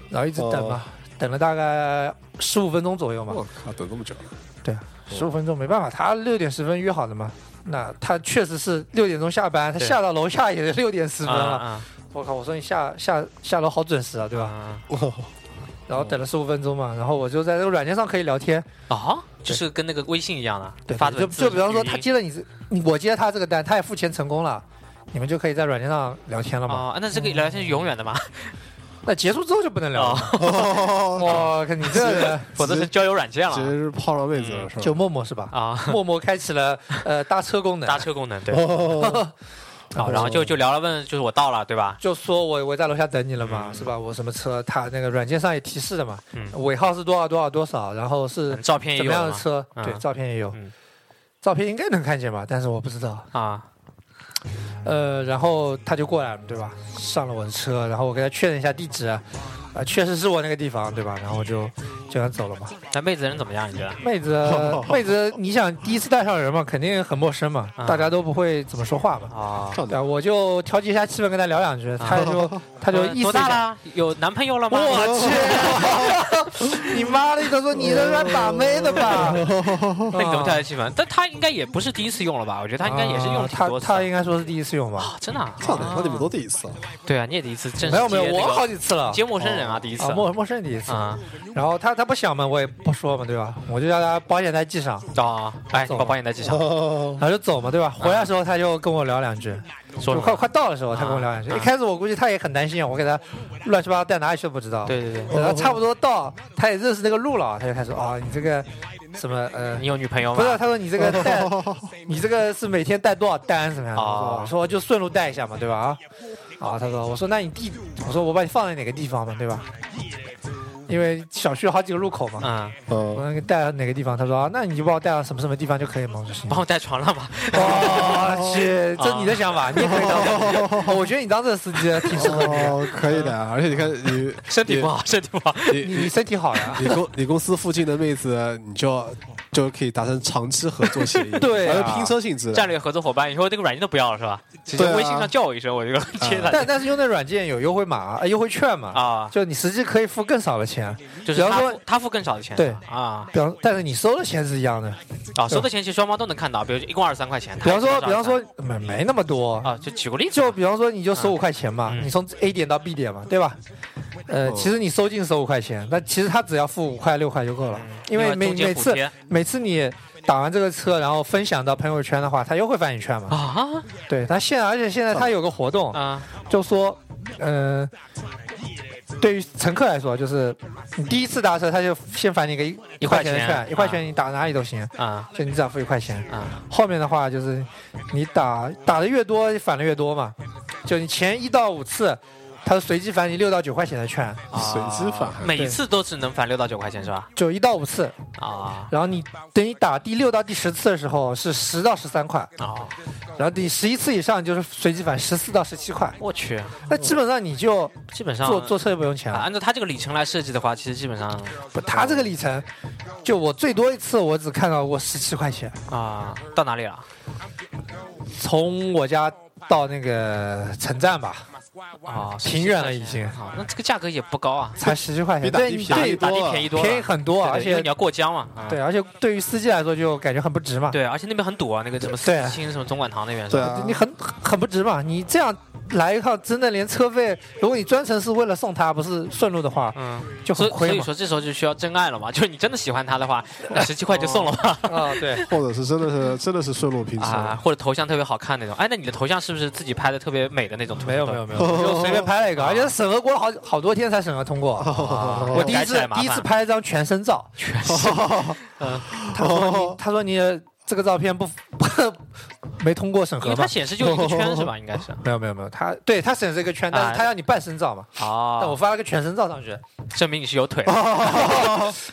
D: 然后一直等
B: 哦
D: 嘛，等了大概十五分钟左右嘛，
C: 我靠，等这
D: [laughs]
C: 么久，
D: 十五分钟没办法，他六点十分约好的嘛，那他确实是六点钟下班，他
B: 对
D: 下到楼下也是六点十分了，
B: 啊
D: 我靠，我说你下下下楼好准时啊，对
B: 啊
D: 吧？
B: 啊
D: 然后等了十五分钟嘛，然后我就在这个软件上可以聊天，
B: 啊，就是跟那个微信一样的，
D: 对，
B: 发
D: 就
B: 文字
D: 就比方说
B: 语音
D: 他接了你这，我接了他这个单，他也付钱成功了，你们就可以在软件上聊天了嘛，
B: 哦，那这个聊天是永远的吗？
D: 那结束之后就不能聊了嘛，
C: 哦，
D: 我靠，你这
B: [laughs]
D: 个人。
B: 否则是交友软件
C: 直接
B: 了
C: 是泡上妹子了是吧？
D: 就陌陌是吧？
B: 嗯啊。
D: 陌陌开启
B: [laughs]
D: 了呃搭车功能
B: 搭，车功能对，
C: 哦，
B: 啊然后
D: 哦
B: 就就聊了问，就是我到了对吧？
D: 就说我我在楼下等你了嘛，
B: 嗯
D: 是吧？我什么车？它那个软件上也提示的嘛，
B: 嗯
D: 尾号是多少多少多少，然后是
B: 嗯照片也
D: 怎
B: 有
D: 么样
B: 了
D: 的
B: 吗
D: 车？
B: 嗯
D: 对，照片也有
B: 嗯，
D: 照片应该能看见吧？但是我不知道。
B: 啊嗯
D: 呃，然后他就过来了，对吧？上了我的车，然后我给他确认一下地址，啊、确实是我那个地方，对吧？然后我就就想走了嘛。
B: 那妹子人怎么样？你觉得？[laughs]
D: 妹子，妹子，你想第一次带上人嘛，肯定很陌生嘛，
B: 啊
D: 大家都不会怎么说话嘛。
B: 啊，
C: 上
D: 对
C: 的
D: 啊，我就调节一下气氛，跟他聊两句，他就
B: [laughs]
D: 他就意思
B: 哦多
D: 一下
B: 大。了？有男朋友 [laughs] 了吗？
D: 我去， [laughs] 你妈的！他说你这是把妹
B: [laughs]
D: 的吧？
B: [laughs] 那哎你怎么调
D: 啊
B: 节气氛？但他应该也不是第一次用了吧？我觉得他应该也是用了挺
D: 他
B: 多次的。
D: 啊他应该说是第一次用吧？
B: 啊真的啊？
C: [laughs] 操你妈，你们都第一次啊？
D: [laughs]
B: 对啊，你也第一次正式
D: 没有没有，
B: 接那
D: 我
B: 个
D: 好几次了。
B: 接陌生人啊，第一次
D: 啊，陌陌生人第一次。
B: 啊
D: 然后他他不想嘛，我也不说嘛，对吧？我就叫他保险带系上，
B: 啊！哎，你
D: 走
B: 把保险带系上，
C: 哦
D: 然后就走嘛，对吧？回来的时候他就跟我聊两句，
B: 啊说什
D: 就快
B: 么？
D: 快到的时候他跟我聊两句。
B: 啊
D: 一开始我估计他也很担心啊，我给他乱七八糟带哪里去都不知道。
B: 对对对，
D: 然后差不多到，他也认识那个路了，他就开始啊、你这个什么呃
B: 你，有女朋友
D: 不
B: 吗
D: 是，？他说你这
B: [laughs]
D: 个带，你这个是每天带多少单什么样的？
B: 哦
D: 我说就顺路带一下嘛，对吧？啊，啊，他说，我说那你地，我说我把你放在哪个地方嘛，对吧？因为小区有好几个路口嘛，
B: 嗯，
D: 我
C: 嗯，
D: 说你带到哪个地方？他说啊，那你就把我带到什么什么地方就可以嘛，我就行。
B: 帮我带床上吧。哦
D: [laughs] 我去，这你的想法，你也可以
B: [laughs]
D: 当。哦我觉得你当这个司机啊挺适合你，
C: 哦，可以的
D: 嗯
C: 啊，而且你看你
B: [laughs] 身体不好，身体不好。
C: 你
D: 你
C: 你
D: 你身体好呀。
C: 你公你公司附近的妹子，你就要就可以达成长期合作协
B: [laughs]
C: 议，
D: 对啊
C: 而且拼车性质的
B: 战略合作伙伴，以后那个软件都不要了是吧？直接
C: 对啊嗯
B: 微信上叫我一声，我就接他
D: 但但是用那软件有优惠码、呃优惠券嘛，
B: 啊。
D: 就你实际可以付更少的钱，
B: 就是
D: 比
B: 他
D: 方说
B: 付他付更少的钱，
D: 对
B: 啊
D: 比方，但是你收的钱是一样的。
B: 啊，收的钱其实双方都能看到，比如一共二十三块钱。
D: 比方
B: 他
D: 说，
B: 也
D: 比
B: 知道
D: 方说没没那么多，
B: 啊，就举个例子
D: 就
B: 嘛，
D: 比方说你就收五块钱嘛，
B: 嗯
D: 你从 A 点到 B 点嘛，对吧？呃，
C: 哦
D: 其实你收进收五块钱，那其实他只要付五块六块就够了，因为
B: 嗯
D: 每
B: 中间
D: 每
B: 补
D: 次
B: 贴
D: 每次你打完这个车，然后分享到朋友圈的话，他又会翻一圈嘛。
B: 啊
D: 对，他现在而且现在他有个活动，
B: 啊
D: 就说，呃，对于乘客来说，就是你第一次搭车，他就先返你个一
B: 一
D: 一
B: 块
D: 块
B: 钱
D: 钱的券，一块钱你打哪里都行，
B: 啊
D: 就你只要付一块钱。
B: 啊
D: 后面的话就是你打打的越多，返的越多嘛，就你前一到五次。它是随机返你六到九块钱的券，
C: 随机返
B: 每一次都只能返六到九块钱是吧？
D: 就一到五次，
B: 啊
D: 然后你等你打第六到第十次的时候是十到十三块，
B: 啊，
D: 然后第十一次以上就是随机返十四到十七块，
B: 我去，
D: 那基本上你就
B: 基本上
D: 坐坐车也不用钱
B: 啊，
D: 了。
B: 按照他这个里程来设计的话，其实基本上
D: 不，他这个里程，就我最多一次我只看到过十七块钱，
B: 啊，到哪里了？
D: 从我家到那个城站吧，
B: 啊，
D: 挺远了已经
B: 啊，那这个价格也不高啊，
D: 才十七块钱，
C: 比打
D: 对
C: 的
D: 你
C: 便宜
D: 对
B: 打的
C: 多了
B: 便宜多了，
D: 便宜很多，
B: 对对
D: 而
B: 因为
D: 且
B: 你要过江嘛，啊
D: 对，而且对于司机来说就感觉很不值嘛。
B: 对，而且那边很堵啊，那个什么
D: 对啊
B: 新什么总管堂那边是
C: 对
B: 吧？
C: 啊，
D: 你很很不值嘛！你这样来一趟，真的连车费，如果你专程是为了送他，不是顺路的话，
B: 嗯，
D: 就
B: 所以
D: 很
B: 所
D: 亏
B: 以
D: 嘛。
B: 说这时候就需要真爱了嘛，就是你真的喜欢他的话，十七块就送了吧， [laughs]
D: 啊，对，
C: 或者是真的是真的是顺路拼
B: 啊，
C: 车，
B: 或者头像特别好看那种。哎，那你的头像是不是自己拍的特别美的那种图？
D: 没有没有没有， [laughs] 就随便拍了一个，而且审核过了好好多天才审核通过。
B: 啊，
D: 我第一
B: 改起来
D: 次
B: 麻烦
D: 第一次，拍一张全身照，
B: 全是
D: [laughs] 他说你他说你这个照片不 [laughs] 没通过审
B: 因
D: 核
B: 为它
D: 吧？
B: 显示就一个圈
D: [laughs]
B: 是吧？应该是
D: 没有没有没有，他对他审这个圈，但
B: 啊
D: 是他要你半身照嘛，但我
B: 哦，
D: 发了个全身照上去，
B: 证明你是有
D: [laughs]
B: 腿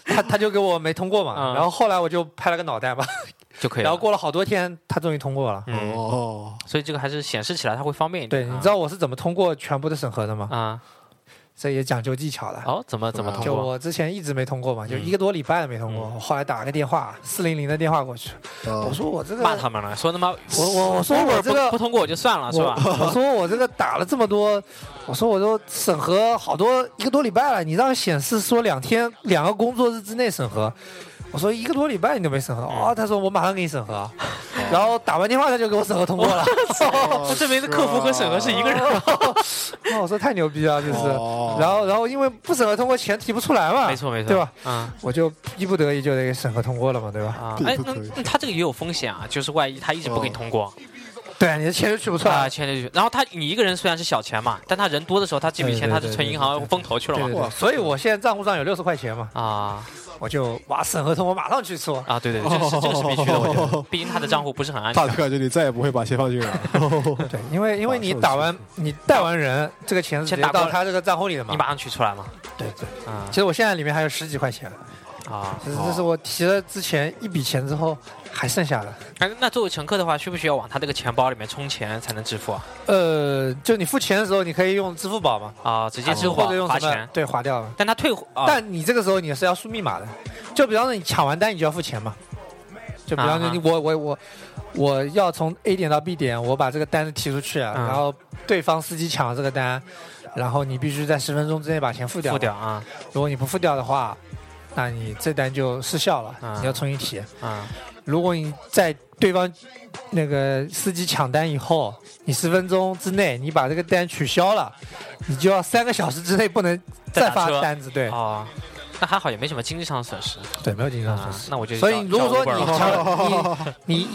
D: 他他就给我没通过
B: 嗯
D: 嘛，然后后来我就拍了个脑袋嘛，
B: 就可以了。
D: 然后过了好多天，他终于通过了。
B: 啊嗯，
C: 哦，
B: 所以这个还是显示起来它会方便一
D: 对，
B: 点啊。
D: 你知道我是怎么通过全部的审核的吗？
B: 啊？
D: 这也讲究技巧的。
B: 哦，怎么怎么通
D: 就
B: 过？嗯
D: 我之前一直没通过嘛，就一个多礼拜没通过。我后来打了个电话，四零零的电话过去，我
C: 哦
D: 说我这个，
B: 骂他们了，说他妈
D: 我我我说我
B: 不
D: 这
B: 不
D: 个，
B: 通过我就算啊了是吧？
D: 我 [laughs] 我说我这个打了这么多，我说我都审核好多一个多礼拜了，你让显示说两天两个工作日之内审核。我说一个多礼拜你都没审核
B: 嗯
D: 哦，他说我马上给你审
B: 哦
D: 核，然后打完电话他就给我审核通过了。
B: 那哦证明客服和审核是一个
D: [laughs]
B: 人。
D: 那我说太牛逼了，就是，
C: 哦
D: 然后然后因为不审核通过钱提不出来嘛，
B: 没错没错，
D: 对吧？？
B: 嗯
D: 我就逼不得已就得给审核通过了嘛，对吧？
B: 啊，
C: 并
B: 哎
C: 不，
B: 那
C: 可以
B: 那他这个也有风险啊，就是万一他一直不给你
D: 哦
B: 通过
D: 对啊，你的钱就取不出
B: 啊，
D: 来，
B: 签进去。然后他你一个人虽然是小钱嘛，但他人多的时候，他这笔钱
D: 对对
B: 他是存
D: 对对
B: 银行风投去了
D: 对对
B: 嘛。
D: 对，所以我现在账户上有六十块钱嘛，
B: 啊
D: 我就哇审核通过马上去做，
B: 啊，对对对，这个是这个是必须的，我
D: 哦
B: 觉得，毕竟他的账户不是很安全
C: 大的感觉你再也不会把钱放进来哦了，
D: 对，因为因为你
C: 是的
D: 打完你带完人，这个钱是直
B: 先
D: 接
B: 打过来
D: 到他这个账户里的嘛，
B: 你马上取出来嘛。
D: 对对，
B: 啊
D: 其实我现在里面还有十几块钱，
B: 啊，
D: 这是这是我提了之前一笔钱之后还剩下的，
B: 哎，那作为乘客的话，需不需要往他这个钱包里面充钱才能支付啊？
D: 呃，就你付钱的时候你可以用支付宝嘛，
B: 啊，直接支付
D: 或
B: 宝
D: 者用
B: 罚
D: 什么
B: 钱，
D: 对划掉嘛。
B: 但他退货啊，
D: 但你这个时候你是要输密码的，就比方说你抢完单你就要付钱嘛，就比方说你
B: 啊
D: 我我我我要从 A 点到 B 点，我把这个单子提出去，啊
B: 啊
D: 然后对方司机抢了这个单，然后你必须在十分钟之内把钱付掉，
B: 付掉啊
D: 如果你不付掉的话，那你这单就失效了，
B: 啊
D: 你要重新提。
B: 啊
D: 如果你在对方那个司机抢单以后，你十分钟之内你把这个单取消了，你就要三个小时之内不能
B: 再打
D: 再发
B: 车
D: 单子，对
B: 啊，那还好也没什么经济上的损失
D: 对，没有经常损
B: 啊
D: 失。。
B: 那我就
D: 嗯所以如果说
B: 叫 Uber
D: 你
B: 了 [laughs]
D: 抢你你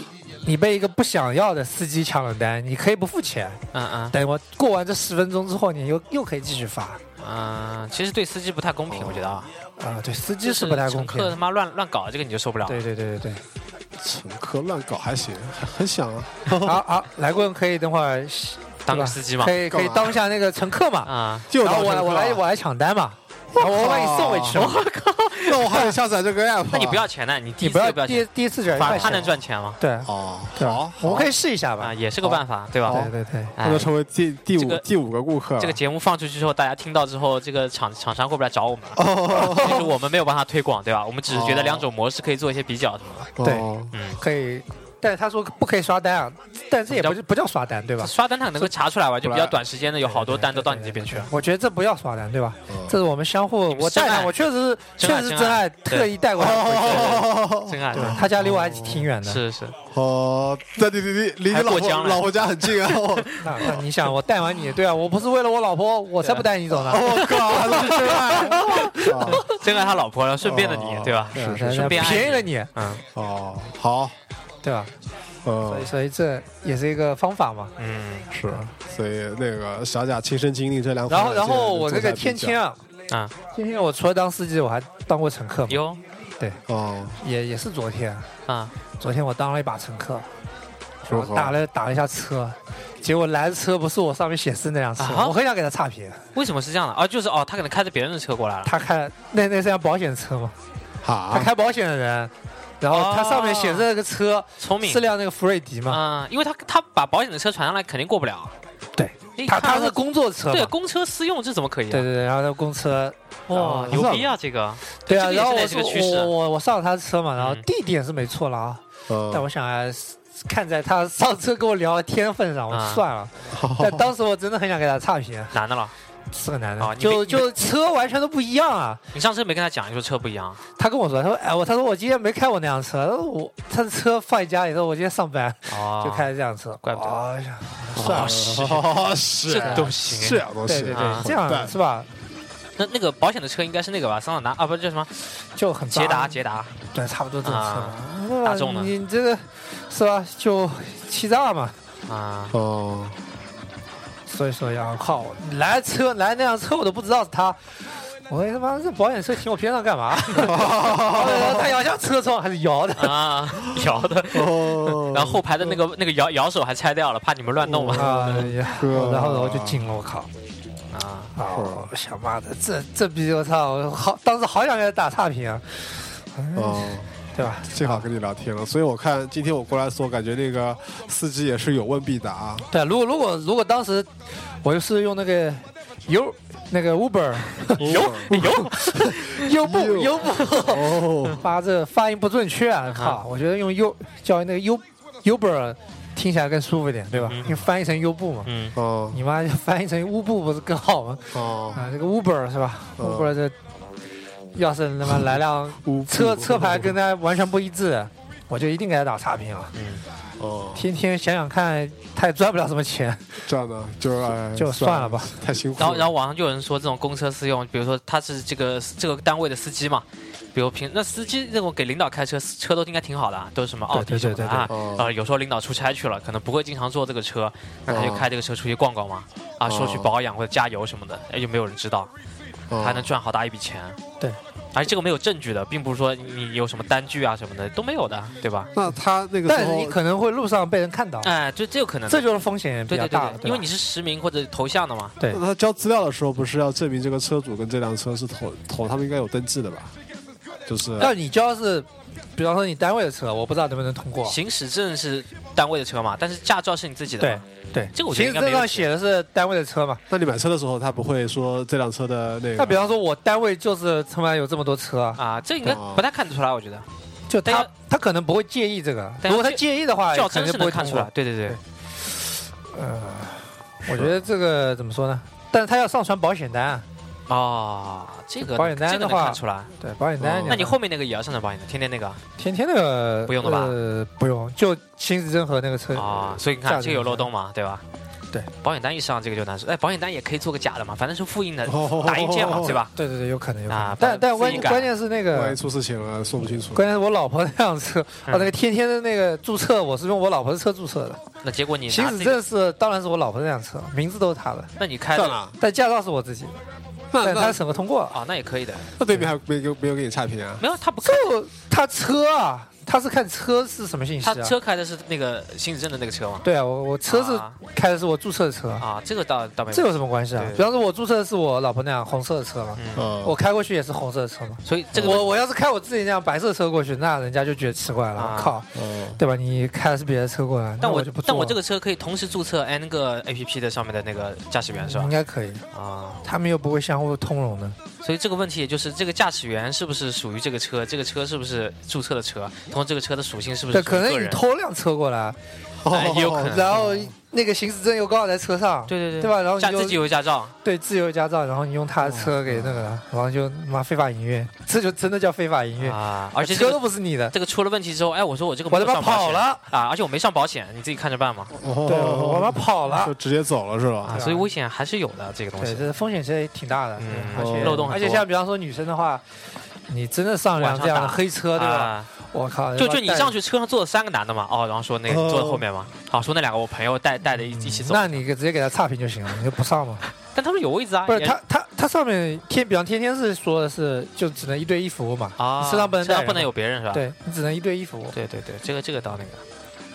D: 你被一个不想要的司机抢了单，你可以不付钱，
B: 嗯嗯。
D: 等我过完这十分钟之后，你又又可以继续发。
B: 嗯，其实对司机不太公平，我觉得啊，
D: 啊，对，司机是不太公
B: 乘客他
D: 平。
B: 妈乱乱搞，这个你就受不了。
D: 对对对对
C: 乘客乱搞还行，还很想啊，
D: 对， [laughs] 好好，来棍可以等会儿
B: 当个
D: 对吧
B: 司机嘛
D: 可，以可
C: 干
D: 以
C: 嘛
D: 当一下那个乘客嘛，
B: 啊，
C: 就
D: 然
C: 当
D: 后我
C: 乘
D: 来
C: 客
D: 我来我来抢单嘛，然后我把你送回去嘛。
C: 那我还得下载这个
B: [laughs]
C: app，啊
B: 那你不要钱呢，你第一
D: 你
B: 次
D: 不要
B: 就不要
D: 第一
B: 钱，
D: 第一次就
B: 反而他能赚钱嘛，
D: 对
C: 哦，
D: 对吧
C: 好，
D: 我们
C: 好
D: 可以试一下
B: 啊，
D: 吧。
B: 也是个办法，对吧？
D: 哦对对对，
B: 哎
C: 那就成为第第
B: 这
C: 五
B: 个
C: 第五个顾客了，
B: 这个节目放出去之后，大家听到之后，这个厂厂商会不会来找我们啊？
C: 哦
B: 就是我们没有帮他推广，对吧？我们只是觉得
C: 哦
B: 两种模式可以做一些比较，什么的
D: 对
C: 哦
B: 嗯，
D: 可以，但是他说不可以刷单啊，但这也不是不叫刷单对吧？
B: 刷单他可能会查出来吧，就比较短时间的，有好多
D: 对对
B: 单都
D: 对
B: 到
D: 对
B: 你这边去了。
D: 我觉得这不要刷单对吧？
C: 嗯
D: 这是我们相互，我
B: 真
D: 带
B: 爱
D: 上，我确实是
B: 真爱
D: 确实是
B: 真
D: 真
B: 爱
D: 爱，
B: 对哦
D: 特意带过来回去。
C: 哦
B: 真爱啊
D: 对，他家离我还
B: 哦
D: 挺远的。
B: 是是，
C: 哦，那你你你离你
B: 还
C: 老
B: 过
C: 婆
B: 江了
C: 老婆家很
D: [laughs]
C: 近啊！哦
D: 那那你想，我带完你，对啊，我不是为了我老婆，我才不带你走呢。
C: 我靠，还哦是真爱！啊
B: 真爱他老婆了，顺便的你
C: 哦，
B: 对吧？
D: 对啊
C: 是是
B: 顺便爱
D: 便宜
B: 你
D: 了你，
B: 嗯
C: 哦，好，
D: 对吧？所以
C: 嗯，
D: 所以这也是一个方法嘛。
B: 嗯
C: 是，所以那个小贾亲身经历这两款
D: 然
C: 软
D: 后然
C: 件
D: 后我
C: 做
D: 那
C: 下
D: 个
C: 比
D: 天
C: 较
D: 天，啊，
B: 啊，
D: 天天我除了当司机，我还当过乘客嘛，
B: 有
C: 哦，
D: 也也是昨天，
B: 啊
D: 昨天我当了一把乘客，
C: 如何
D: 打了打了一下车，结果来的车不是我上面显示那辆车，
B: 啊
D: 我很想给他差评。
B: 为什么是这样的？啊，就是哦，他可能开着别人的车过来了。
D: 他开那那是辆保险车嘛，他
C: 好，啊
D: 开保险的人，然后他上面显示那个
C: 哦
D: 车
B: 聪明
D: 是辆那个福瑞迪
C: 啊
D: 嘛，
B: 嗯，因为他他把保险的车传上来，肯定过不了。
D: 对
B: 你
D: 他
B: 看
C: 哎
D: 他
B: 他
D: 是公作车嘛，
B: 对公车私用，这怎么可以、啊？
D: 对哦对对，然后那公车，
B: 哇，
D: 然后
B: 牛逼啊！这个，
D: 对啊，
B: 这个也
D: 然后
B: 是
D: 我
B: 类似
D: 说
B: 的趋势
D: 我我我上了他的车嘛，然后
B: 嗯
D: 地点是没错了啊，但
C: [laughs] 嗯，
D: 我想啊，看在他上车跟我聊天份上，我就
B: 啊
D: 算了。
C: 哦
D: 但当时我真的很想给他差评，
B: 男的了。
D: 是个男
B: 啊
D: 的，
B: 你没你
D: 就就车完全都不一样啊。
B: 你上车没跟他讲，你说车不一样，
D: 他跟我说，他说哎我，他说我今天没开我那辆车，他说我他的车放在家里，他说我今天上班
B: 哦，
D: 就开了这辆车，
B: 怪不得
D: 哎呀，
C: 算了，哦是
B: 这都行
C: 是啊，都
D: 对对
C: 行，
B: 啊
D: 对，这样
C: 对
D: 是吧？
B: 那那个保险的车应该是那个吧，桑塔纳啊，不是叫什么
D: 就很
B: 捷达，
D: 搭
B: 捷达
D: 对，差不多这种车
B: 啊
D: 嘛，是吧
B: 大众的
D: 你这个是吧？就欺诈嘛。
B: 啊，
C: 哦，
D: 所以说呀，靠，来车来那辆车我都不知道是他，我他妈这保险车停我边上干嘛？ [laughs] 他摇下车窗还是摇的。
B: 啊， [laughs] 摇的，
C: 哦
B: [laughs] 然后后排的那个那个摇摇手还拆掉了，怕你们乱弄嘛。 [laughs]
D: [laughs] 啊呀！
C: 哥
D: 然后我就惊了，我靠！
B: 啊，
D: 啊，我想妈的，这这逼我操！我好，当时好想给他打差评啊， [laughs]
C: 哦，
D: 对吧？
C: 幸好跟你聊天了，所以我看今天我过来的时候，感觉那个司机也是有问必答，
D: 对，如果如果如果当时我就是用那个优那个 Uber
C: 有
D: 优优步
C: 优
D: 优步，
C: 哦，
D: 发这发音不准确啊！靠，我觉得用优叫那个优 Uber 听起来更舒服一点，对吧？
B: 嗯
D: 因为翻译成优步嘛，
B: 嗯，
C: 哦
D: 你妈就翻译成乌步不是更好吗？
C: 哦，
D: 啊，这个 Uber 是吧
C: 嗯
D: ？Uber 这要是他妈来辆
C: 乌
D: 车
C: 布
D: 车牌跟他完全不一致，我就一定给他打差评了。
C: 哦
D: 天天想想看，他也赚不了什么钱，
C: 这样的就哎
D: 就算了吧，
C: 太辛苦了，
B: 然后然后网上就有人说这种公车私用，比如说他是这个这个单位的司机嘛，比如平那司机那种给领导开车车都应该挺好的、啊，都是什么奥迪
D: 对对
B: 什么的
D: 对对
B: 啊，
C: 哦
B: 呃有时候领导出差去了，可能不会经常坐这个车，那他就
C: 哦
B: 开这个车出去逛逛嘛，啊说去
C: 哦
B: 保养或者加油什么的，哎就没有人知道。
C: 哦
B: 还能赚好大一笔钱。
D: 对，
B: 而且这个没有证据的，并不是说你有什么单据啊什么的都没有的，对吧？
C: 那他那个
D: 但
C: 时
D: 是
C: 候
D: 你可能会路上被人看到，
B: 哎，就这有可能的。
D: 哦这就是风险比
B: 对
D: 较
B: 对
D: 大了
B: 对，，
D: 对
B: 因为
D: 吧
B: 你是实名或者头像的嘛。
D: 对
C: 那他交资料的时候，不是要证明这个车主跟这辆车是同同，他们应该有登记的吧？
B: 呃
C: 就是
D: 但你交是，比方说你单位的车，我不知道能不能通过。
B: 行驶证是单位的车嘛，但是驾照是你自己的。
D: 对，对，
B: 嗯这个我觉得
D: 行
B: 应该
D: 驶
B: 没
D: 证
B: 问
D: 上
B: 题
D: 写的是单位的车嘛？
C: 那你买车的时候，他不会说这辆车的那个？
D: 那比方说，我单位就是他妈有这么多车啊，
B: 啊，这应该
C: 哦
B: 不太看得出来，我觉得。
D: 就
B: 但
D: 他
B: 要
D: 他可能不会介意这个，
B: 但要
D: 如果他
B: 介
D: 介意的话，
B: 较
D: 啊肯
B: 真
D: 定
B: 是
D: 不
B: 能
D: 会
B: 看
D: 通
B: 出来
D: 过。。
B: 对对对，
D: 我觉得这个怎么说呢？但是他要上传保险单啊，
B: 哦，这个
D: 保险单
B: 这个
D: 的
B: 能
D: 话
B: 看出来。
D: 对保险
C: 哦
D: 单要，
B: 那你后面那个也要上传保险的，天天那个
D: 天天那个
B: 不用了吧
D: 呃，不用，就行驶证和那个车
B: 啊，所以你看
D: 价值
B: 这个有漏洞嘛，对吧？
D: 对，
B: 保险单一上这个就难说。哎，保险单也可以做个假的嘛，反正是复印的
C: 哦，
B: 打印件嘛，对吧？
D: 对对对，有可能有可能
B: 啊。
D: 但但
B: 自己
D: 关
B: 改
D: 关键是那
C: 万
D: 个
C: 一。出事情了，说不清楚。
D: 关键是我老婆那辆车，啊，
B: 嗯
D: 那个天天的那个注册，我是用我老婆的车注册的，
B: 那结果你
D: 行
B: 拿
D: 驶
B: 这个，
D: 证是当然是我老婆那辆车，名字都是她的，
B: 那你开
C: 算
B: 的
C: 了，
D: 但驾照是我自己的，
C: 那
D: 但她
C: 那
D: 审核通过了。
B: 啊，那也可以的。
C: 那对面还没有没有给你差评啊？
B: 没有，他不看，
D: 就他车啊，他是看车是什么信息
B: 他
D: 啊？
B: 车开的是那个行驶证的那个车嘛。
D: 对啊，我我车是
B: 啊
D: 开的是我注册的车，
B: 啊，这个倒倒没
D: 这
B: 有。
D: 有什么关系啊
B: 对？
D: 比方说，我注册的是我老婆那辆红色的车嘛，
C: 嗯，
D: 我开过去也是红色的车嘛。
B: 所以这个
D: 我我要是开我自己那辆白色车过去，那人家就觉得奇怪了，
B: 啊
D: 靠，
C: 哦
D: 对吧？你开的是别的车过来，那
B: 但
D: 我
B: 我
D: 就不做
B: 但我
D: 了
B: 这个车可以同时注册 N 个 A P P 的上面的那个驾驶员是吧
D: 应？该可以，
B: 啊，
D: 他们又不会相互通融的。
B: 所以这个问题也就是这个驾驶员是不是属于这个车，这个车是不是注册的车，同时这个车的属性是不是
D: 对，
B: 属于
D: 可能
B: 个
D: 你
B: 人？
D: 偷辆车过来，
B: [laughs] 哎也有可能
D: [laughs] 然后那个行驶证又刚好在车上，
B: 对对对，
D: 对吧然后你
B: 驾
D: 就
B: 自己有哦驾照，
D: 对，自由驾照，然后你用他的车给那个了，然后就妈非法营运，这就真的叫非法营运，
B: 啊，而且这
D: 车
B: 个
D: 都不是
B: [laughs]
D: 你的。
B: 这个出了问题之后，哎，我说我这个
D: 我他
B: 没有
D: 妈
B: 上保
D: 跑
B: 险
D: 了，
B: 啊，而且我没上保险，你自己看着办嘛
C: 哦
D: 对，我他妈跑
C: 就
D: 了。
C: 直接走了是吧？
B: 啊，所以危险还是有的这个东
D: 对，
B: 西。
D: 这风险其实也挺大的，对
B: 嗯
D: 而且
B: 漏洞很多
D: 而且像比方说女生的话，你真的上辆这样
B: 晚
D: 的
B: 上打
D: 黑车，对吧？
B: 啊
D: 我靠，
B: 就
D: 他妈
B: 就你
D: 带
B: 上去车上坐了三个男的嘛，哦，然后说那个
C: 哦
B: 坐在后面嘛，好说那两个我朋友带带着一一起走，
D: 那你给直接给他差评就行了，你就不上嘛。
B: 但他们有位置啊，
D: 不是
B: 也
D: 他他他上面天，比方天天是说的是就只能一对一服务嘛，
B: 啊，
D: 你车上不能
B: 车
D: 带
B: 上
D: 人
B: 不能
D: 嘛
B: 有别人是吧？
D: 对你只能一对一服务。
B: 对对对，这个这个倒那个，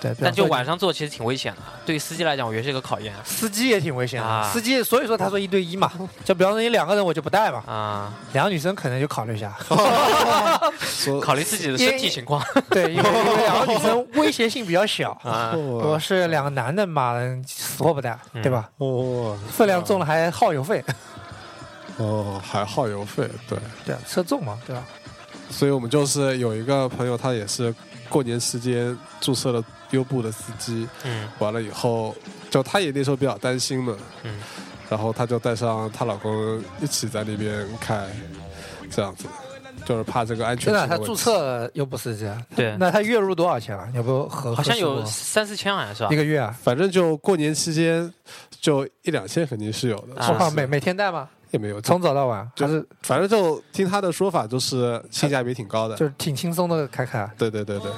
D: 对，啊比方
B: 但就
D: 说
B: 晚上做其实挺危险的，对于司机来讲，我觉得是个考验
D: 司机也挺危险的，
B: 啊
D: 司机所以说他说一对一
B: [laughs]
D: 嘛，就比方说你两个人我就不带嘛，
B: 啊。
D: 两个女生可能就考虑
B: [laughs]
D: 一下，
C: 说
B: 考虑自己的身体情况
D: 对，因为因为两个女生威胁性比较小。 [laughs]
B: 啊，
D: 如果
C: 哦
D: 是两个男的嘛，死活不带，
B: 嗯
D: 对吧？
C: 哦
D: 分量重了还耗油费，
C: 哦，还耗油费，对，
D: 对，啊车重嘛，对吧？
C: 所以我们就是有一个朋友，他也是过年期间注册了优步的司机，
B: 嗯
C: 完了以后，就她也那时候比较担心嘛，
B: 嗯，
C: 然后她就带上她老公一起在那边开，这样子，就是怕这个安全
D: 真
C: 性
D: 的，啊
C: 问题。
D: 他注册又不司机，
B: 对
D: 那他月入多少钱啊？要不合
B: 好像
D: 合
B: 有
D: 适
B: 三四千，好像是吧
D: 不一？个月啊？
C: 反正就过年期间，就一两千肯定是有的，
B: 啊
D: 我
C: 是
D: 靠，每每天带吗？
C: 也没有。
D: 从早到晚，
C: 就
D: 就是
C: 反正就听她的说法，就是性价比挺高的。
D: 就是挺轻松的开开
C: 对对对对，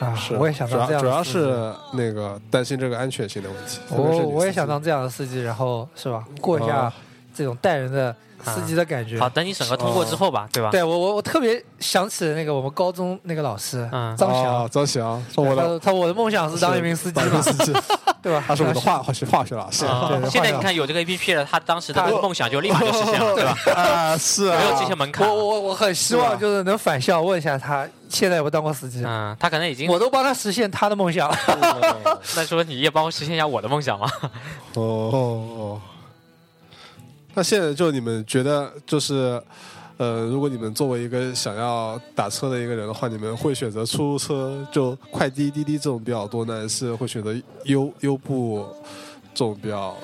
D: 啊
C: 是。
D: 我也想
C: 主
D: 当这
C: 要
D: 样的司机，
C: 主要是那个担心这个安全性的问题。特别是
D: 我
C: 女
D: 我也
C: 司机
D: 想当这样的司机，然后是吧？过一下
C: 啊
D: 这种带人的司机的感觉。
B: 好，等你审核通过之后吧，对吧？
D: 哦对我我我特别想起那个我们高中那个老师
B: 嗯
D: 张
C: 哦
D: 翔，
C: 张翔，我
D: 他
C: 的
D: 说他我的梦想是当一名司机
C: 当一名
D: 嘛，
C: 司机，
D: [laughs] 对吧？
C: 他是我的化
D: [laughs]
C: 化学化学老师。
B: 啊
D: 对
B: 现在你看有这个 A P P 了，他当时的
D: 他
B: 梦想就立马就实现了，对吧？
C: [laughs] 啊，是啊，
B: 没有这些门槛
D: 我。我我我很希望就是能返校问一下他现在有没有当过司机，
B: 嗯，他可能已经
D: 我，都帮他实现他的
B: [laughs]
D: 梦想了。
B: 那说你也帮我实现一下我的梦
D: [laughs]
B: 想嘛？
C: 哦哦。那现在就你们觉得就是，呃，如果你们作为一个想要打车的一个人的话，你们会选择出租车，就快滴滴滴这种比较多呢，还是会选择优优步这种比较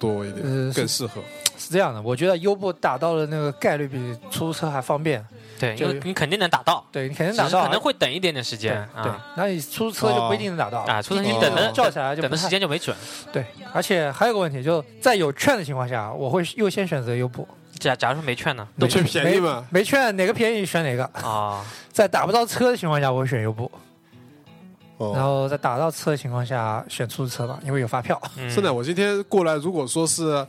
C: 多一点，
D: 呃是
C: 更适合？
D: 是这样的，我觉得优步打到的那个概率比出租车还方便，
B: 对，因
D: 就
B: 为你肯定能达到，
D: 对你肯
B: 只
D: 定
B: 是
D: 打到，啊
B: 可能会等一点点时
D: 对
B: 间
D: 对
B: 啊，
D: 那你出租车就不一定能打到
B: 啊，出生
D: 滴滴
B: 你
D: 这
B: 等
D: 种
B: 的
D: 叫起来就
B: 等
D: 不
B: 的
D: 太
B: 时间就没准。
D: 对，而且还有个问题，就在有券的情况下，我会优先选择优步。
B: 假假如说没券呢？
C: 都最便宜嘛。
D: 没券哪个便宜选哪个，
B: 啊，
D: 在打不到车的情况下，我会选优步，然
C: 哦，
D: 后在打到车的情况下选出租车吧，因为有发票。
B: 嗯
C: 真的，我今天过来，如果说是。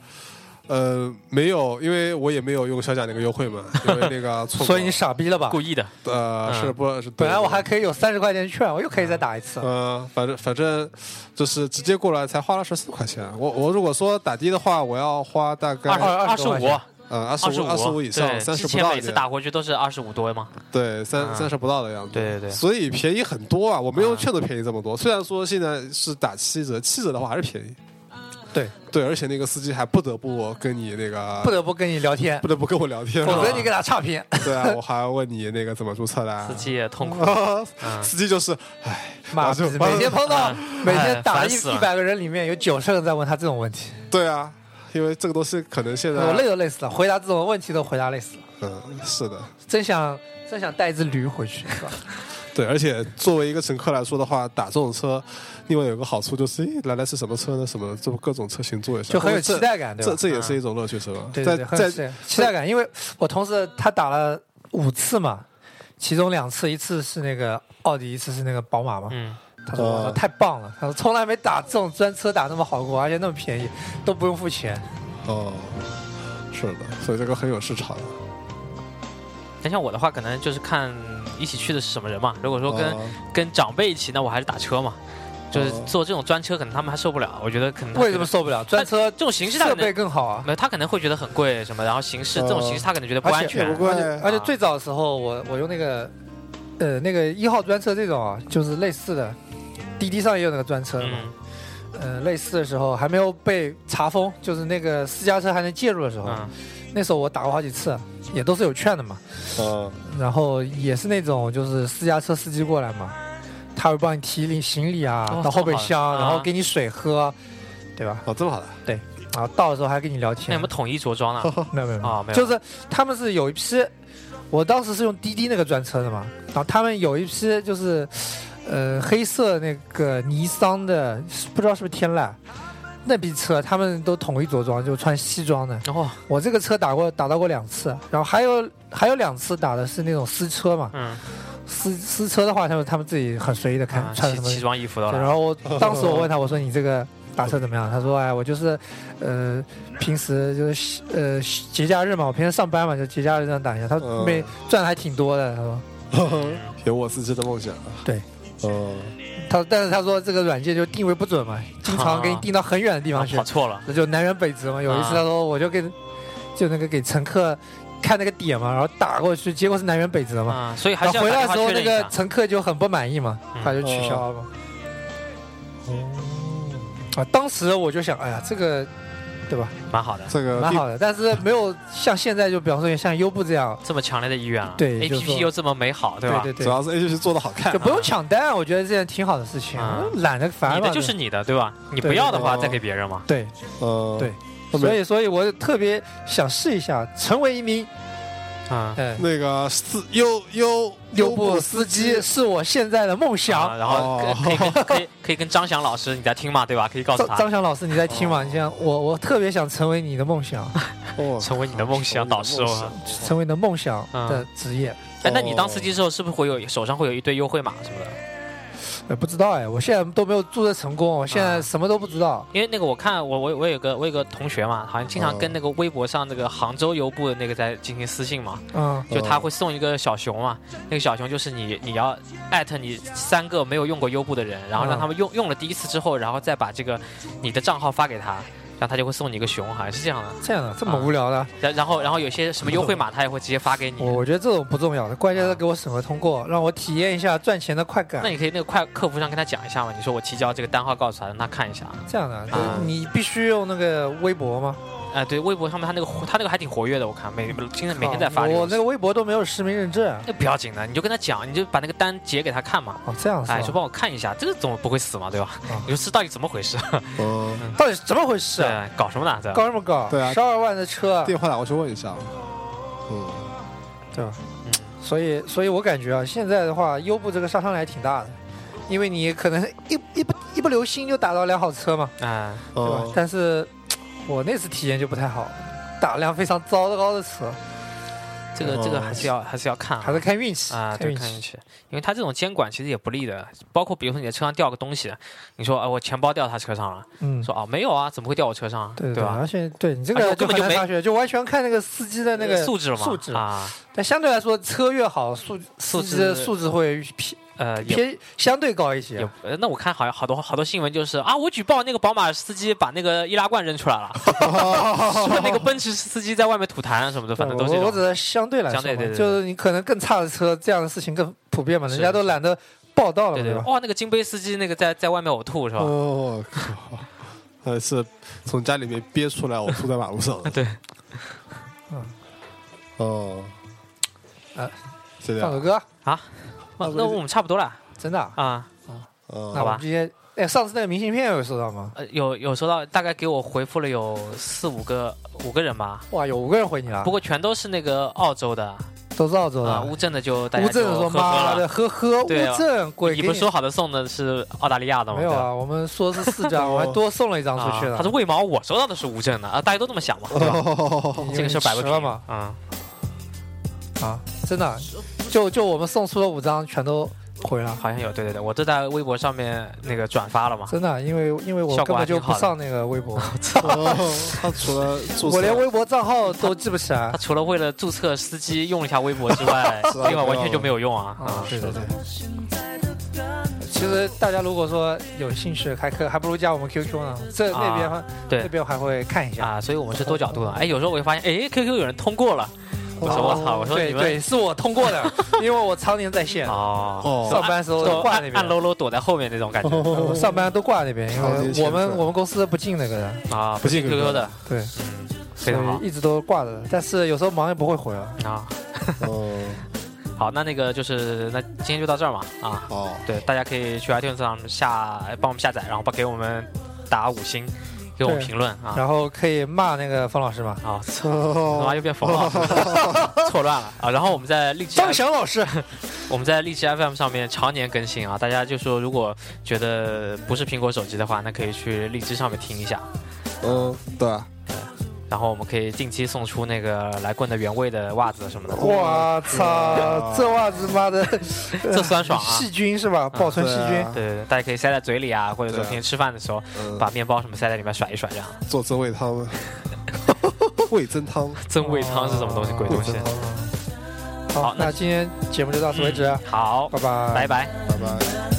C: 呃，没有，因为我也没有用小贾那个优惠嘛，因为那个错过
D: [laughs] 所以你傻逼了吧？
B: 故意的，
C: 呃
B: 嗯
C: 是不是？
D: 本来我还可以有三十块钱券，我又可以再打一次。
B: 嗯
C: 呃，反正反正就是直接过来才花了十四块钱。我我如果说打的的话，我要花大概
B: 二
D: 二
B: 二
D: 十
B: 十
D: 多块钱
B: 五。
C: 呃二
B: 二
C: 十
B: 十
C: 五二十五以上，三
B: 之
C: 十不
B: 前
C: 到
B: 每
C: 一
B: 次
C: 点，
B: 打过去都是二十五多嘛。
C: 对三
B: 嗯
C: 三十不到的样子。
B: 对对对
C: 所以便宜很多啊！我没用
B: 嗯
C: 券都便宜这么多。虽然说现在是打七折，七折的话还是便宜。
D: 对
C: 对，而且那个司机还不得不跟你那个
D: 不得不跟你聊天
C: 不，得不跟我聊
B: 嗯
C: 天，
D: 否则你给他差评。
C: 对啊，我还问你那个怎么注册的啊。
B: 司机也痛苦，嗯
C: [laughs] 司机就是，唉，
D: 妈
C: 我就
D: 逼，每天碰到
B: 嗯
D: 每天打
B: 烦
D: 一
B: 死
D: 一
B: 了
D: 百个人里面有九十个人在问他这种问题，
C: [laughs] 对啊，因为这个东西可能现在
B: 啊
D: 我累都累死了，回答这种问题都回答累死了，
C: 嗯，是的，
D: 真想真想带一只驴
B: [laughs]
D: 回去，是吧？
C: 对，而且作为一个乘客来说的话，打这种车，另外有个好处就是，诶，来来是什么车呢？什么这各种车型坐一下，
D: 就很有
C: 这
D: 期待感，对吧嗯
C: 这？这也是一种乐趣，是吧？
D: 对对对，很有
C: 在
D: 期
C: 在
D: 待期待感，因为我同事他打了五次嘛，其中两次，一次是那个奥迪，一次是那个宝马嘛。
B: 嗯，
D: 他说：“
C: 哦
D: 我操，太棒了！”他说：“从来没打这种专车打那么好过，而且那么便宜，都不用付钱。
C: 哦，是的，所以这个很有市场。
B: 但像我的话，可能就是看一起去的是什么人嘛。如果说跟、
C: 哦
B: 跟长辈一起，那我还是打车嘛。就是
C: 哦
B: 坐这种专车，可能他们还受不了。我觉得可能他
D: 为什
B: 觉
D: 么
B: 得
D: 受不了？专车
B: 嗯这种形式他
D: 设
B: 可
D: 备
B: 能
D: 更好啊！
B: 没有，他可能会觉得很贵什么，然后形式这种形式他可能觉得不
D: 哦而且
B: 安全
C: 也不贵
D: 而且啊最早的时候，我我用那个呃那个一号专车这种啊，就是类似的，滴滴上也有那个专车的嘛。
B: 嗯
D: 呃，类似的时候还没有被查封，就是那个私家车还能介入的时候，
B: 嗯
D: 那时候我打过好几次，也都是有券的嘛。
C: 嗯，
D: 然后也是那种就是私家车司机过来嘛，他会帮你提领行李啊，
B: 哦
D: 到后备
B: 这么
D: 箱，
B: 好啊
D: 然后给你水喝，对吧？
C: 哦，这么好的，
D: 然后到的时候还跟你聊
B: 那
D: 天
B: 有没有。统一着装啊？
D: 没有没有
B: 啊没有
D: 就是他们是有一批，我当时是用滴滴那个专车的嘛，然后他们有一批就是，呃，黑色那个尼桑的，不知道是不是天籁。那批车他们都统一着装，就穿西装的。
B: 然后
D: 我这个车打过打到过两次，然后还有还有两次打的是那种私车嘛， [laughs]
B: 嗯，
D: 私私车的话，他们他们自己很随意的看、
B: 啊
D: 穿
B: 西
D: 什么。
B: 西装衣服的
D: 对
B: 了，
D: 然后我当时我问他，我说你这个打车怎么样？他说哎，我就是，呃，平时就是呃节假日嘛，我平时上班嘛，就节假日这样打一下。他
C: 嗯
D: 每赚的还挺多的，他说 [laughs]
C: 有我司机的梦想啊。
D: 对，
C: 嗯，
D: 他但是他说这个软件就定位不准嘛，经常给你定到很远的地方去
B: 啊跑，错了
D: 那就南辕北辙嘛。有一次他说我就给就那个给乘客看那个点嘛，然后打过去，结果是南辕北辙嘛。
B: 啊，所以还
D: 然
B: 是
D: 后
B: 要打电
D: 回来的
B: 话
D: 时候，
B: 确
D: 那
B: 认一
D: 个
B: 下。
D: 乘客就很不满意嘛，
B: 嗯
D: 他就取消了嘛。哦啊，当时我就想，哎呀，这个对吧，
B: 蛮好
D: [laughs]
B: 的，
C: 这个
D: 蛮
C: 定
D: 好的，但是没有像现在就比方说像优步这样，
B: 这么强烈的意愿啊，
D: 对
B: ，A
D: 就
B: P
D: 是说
B: P 又这么美好，对吧？
D: 对
C: 主
D: 对，
C: 要是 A P P 做的好看
D: 就，不用抢单，我觉得这件挺好的事情
B: 啊，
D: 懒得烦
B: 你
D: 嘛。
B: 的就是你的，对吧？你不
D: 对
B: 要的话
C: 对
B: 再给别人嘛。
D: 对，
C: 呃，
D: 对
C: 那
D: 所
C: 没，
D: 以所以我特别想试一下，成为一名
B: 啊，
D: 嗯
C: 那个司优优
D: 优步司机是我现在的梦
B: 啊
D: 想。
B: 然后
C: 哦
B: 可以跟可以可以跟张翔老师你在听嘛，对吧？可以告诉
D: 张
B: 他
D: 张翔老师，你在
B: 哦
D: 听吗？你像我，我特别想成为你的
B: [laughs]
D: 梦想，
C: 哦，
B: 成为你的梦想导师哦。
D: 成为你的梦想的职业。
B: 哎，那你当司机之后是不是会有手上会有一堆优惠码什么的？
D: 呃，不知道哎，我现在都没有做的成功，我现在
B: 啊
D: 什么都不知道。
B: 因为那个我看我我我有个我有个同学嘛，好像经常
C: 哦
B: 跟那个微博上那个杭州邮部的那个在进行私信嘛，
D: 嗯，
B: 就他会送一个小熊嘛，那个小熊就是你你要艾特你三个没有用过优步的人，然后让
D: 嗯
B: 他们用用了第一次之后，然后再把这个你的账号发给他。然后他就会送你一个熊，好像是这样的。
D: 这样的这
B: 啊
D: 么无聊的，
B: 然然后然后有些什么优惠码，他也会直接发给你。
D: 我我觉得这种不重要的，关键是给我审核通过，让我体验一下赚钱的快
B: 啊那
D: 感。
B: 你可以那个快客服上跟他讲一下嘛，你说我提交这个单号告诉他，让他看一下。
D: 这样的
B: 啊，
D: 你必须用那个微博吗？
B: 哎、对，微博上面他那个活他那个还挺活跃的，我看每今天每天在发这个
D: 我
B: 东西。
D: 那个微博都没有实名认证。
B: 那不要紧的，你就跟他讲，你就把那个单截给他看嘛。
D: 哦，这样
B: 哎，说
D: 是吧？
B: 帮我看一下，这个怎么不会死嘛，对吧？ [laughs]
D: 啊
B: 你说这到底怎么回事？
C: 嗯，
D: 到底是怎么回事啊？
B: 对，搞什么呢？对吧？
D: 搞什么搞？
C: 对啊
D: 十二万的
C: [laughs]
D: 车，
C: 电话打过去问一下，嗯，
D: 对吧？
B: 嗯
D: 所以，所以我感觉啊，现在的话，优步这个杀伤力还挺大的，因为你可能一一不一不留心就打到辆好车嘛，
B: 哎，
D: 对吧？
C: 哦，
D: 但是我那次体验就不太好，打辆非常糟糕的车，
B: 啊这个这个还是要还是要看啊
D: 还是看运气
B: 啊，
D: 看
B: 对，
D: 运
B: 看运
D: 气。
B: 气，因为他这种监管其实也不利的，包括比如说你的车上掉个东西，你说啊我钱包掉他车上了，
D: 嗯，
B: 说啊没有啊，怎么会掉我车上啊？
D: 对对
B: 吧？
D: 而且对你这
B: 而且
D: 个
B: 我根本
D: 很
B: 就
D: 难
B: 没呃
D: 察觉，就完全看那个司机的那个
B: 素质嘛，
D: 素质。
B: 啊，
D: 但相对来说，车越好，素
B: 素
D: 司机的
B: 质
D: 素质会偏
B: 呃，也
D: 偏相对高一
B: 也
D: 些。
B: 呃那我看好像好多好多新闻就是啊，我举报那个宝马司机把那个易拉罐扔出
D: [laughs]
B: 来了，说那个奔驰司机在外面吐痰啊什么的，反正都是
D: 对
B: 这
D: 我我
B: 种
D: 只是相对来说嘛，
B: 相对对对对
D: 就是你可能更差的车，这样的事情更普遍嘛，
B: 是
D: 人家都懒得报道了嘛，
B: 对对，
D: 吧？
B: 哇，那个金杯司机那个在在外面呕吐是吧？
C: 哦，靠，呃， [laughs] 是从家里面憋出来，我吐在马路
D: 嗯
C: 上，
D: [laughs]
B: 对，
C: 哦，
D: 啊，
C: 这
D: 放
C: 样
D: 首，歌，
B: 那那我们差不多了
D: 真的啊。
B: 啊，
D: 那
C: 嗯，
D: 我
B: 吧
D: 们今天，哎，上次那个明信片有收到吗？
B: 呃有有收到，大概给我回复了有四五个五个人吧，
D: 哇，有五个人回你了
B: 不，过全都是那个澳洲的
D: 都是澳洲
B: 啊，
D: 的。
B: 乌镇的就大
D: 乌
B: 家
D: 镇
B: 就
D: 说
B: 呵
D: 妈
B: 呵
D: 的，
B: 了。
D: 呵呵，乌
B: 对啊
D: 镇鬼
B: 你
D: 给
B: 不是说好的送的是澳大利亚的吗？
D: 没有
B: 对吧
D: 啊？我们说是四
B: [laughs]
D: 张，我还多送了一张出去哦
B: 啊
D: 了。
B: 他说为毛我收到的是乌镇的啊？大家都这么想嘛，对吧？
D: 已经
B: 这个事儿摆不
D: 十
B: 平
D: 了嘛？
B: 啊。
D: 啊，真的，就就我们送出的五张全都回了，
B: 好像有，对对对，我都在微博上面那个转发了嘛。
D: 真的，因为因为我
B: 效果
D: 根本
B: 还挺
D: 就不
B: 好的
D: 上那个
B: [laughs]
D: 微博，
C: 哦他除了注册，
D: 我连微博账号都记不
B: [laughs]
D: 起来
B: 他。除了为了注册司机用一下微博之
D: [laughs]
B: 外，
C: 是啊
B: 另外完全就没有用啊。
D: 啊
B: 啊，，
D: 对对对。其实大家如果说有兴趣，还可还不如加我们 QQ 呢。这
B: 啊
D: 那边、那
B: 对
D: 边我还会看一下。
B: 啊，所以我们是多角度的。哎，有时候我会发现，哎，QQ 有人通过了，我说我操，我说
D: 啊对
B: 你们
D: 对，是我通过的，
B: [laughs]
D: 因为我常年在线，
B: 哦，
C: 哦
D: 上班时候
B: 都
D: 挂
B: 暗
D: 那边哦
B: 暗喽喽躲在后面那种感觉
D: 我上班都挂那边，因
C: 常年
D: 为
C: 线
D: 我们
C: 是
D: 我们公司不进那个的，
B: 啊，
C: 不
B: 不
C: 进
B: 进
C: QQ
B: QQ 的，
D: 对，
B: 嗯，非
D: 所
B: 常好
D: 以一直都挂着。但是有时候忙也不会回了。
B: 啊。
C: 哦
B: 好，那那个就是那今天就到这儿嘛啊。
C: 哦，
B: 对，大家可以去 iTunes 上下哎帮我们下载，然后把给我们打五星，给我们
D: 对
B: 评论啊。
D: 然后可以骂那个方老师吗？
B: 啊，操！他妈又变冯老师，
D: 哦
B: [laughs] 错乱了啊！然后我们在荔枝，
D: [laughs] 张翔老师，
B: 我们在荔枝 FM 上面常年更新啊，大家就说如果觉得不是苹果手机的话，那可以去荔枝上面听一下。
C: 嗯，对啊，
B: 然后我们可以定期送出那个来棍的原味的袜子什么的，
D: 我操
C: 哇，
D: 这袜子妈的，
B: 这酸爽
D: [laughs]
B: 啊！
D: 细菌是吧？保存细
C: 对
D: 菌
C: 啊。
B: 对，大家可以塞在嘴里啊，或者说
C: 对啊
B: 平时吃饭的时候，
C: 嗯
B: 把面包什么塞在里面甩一甩，这样
C: 做增味
D: [laughs]
C: 汤，味增汤，
B: 增味汤是什么东西？
C: 哦
B: 鬼东西！
D: 好
C: 嗯
B: 好，那
D: 那今天节目就到此为止，啊
B: 嗯好，
D: 拜拜，
B: 拜拜。
C: 拜拜。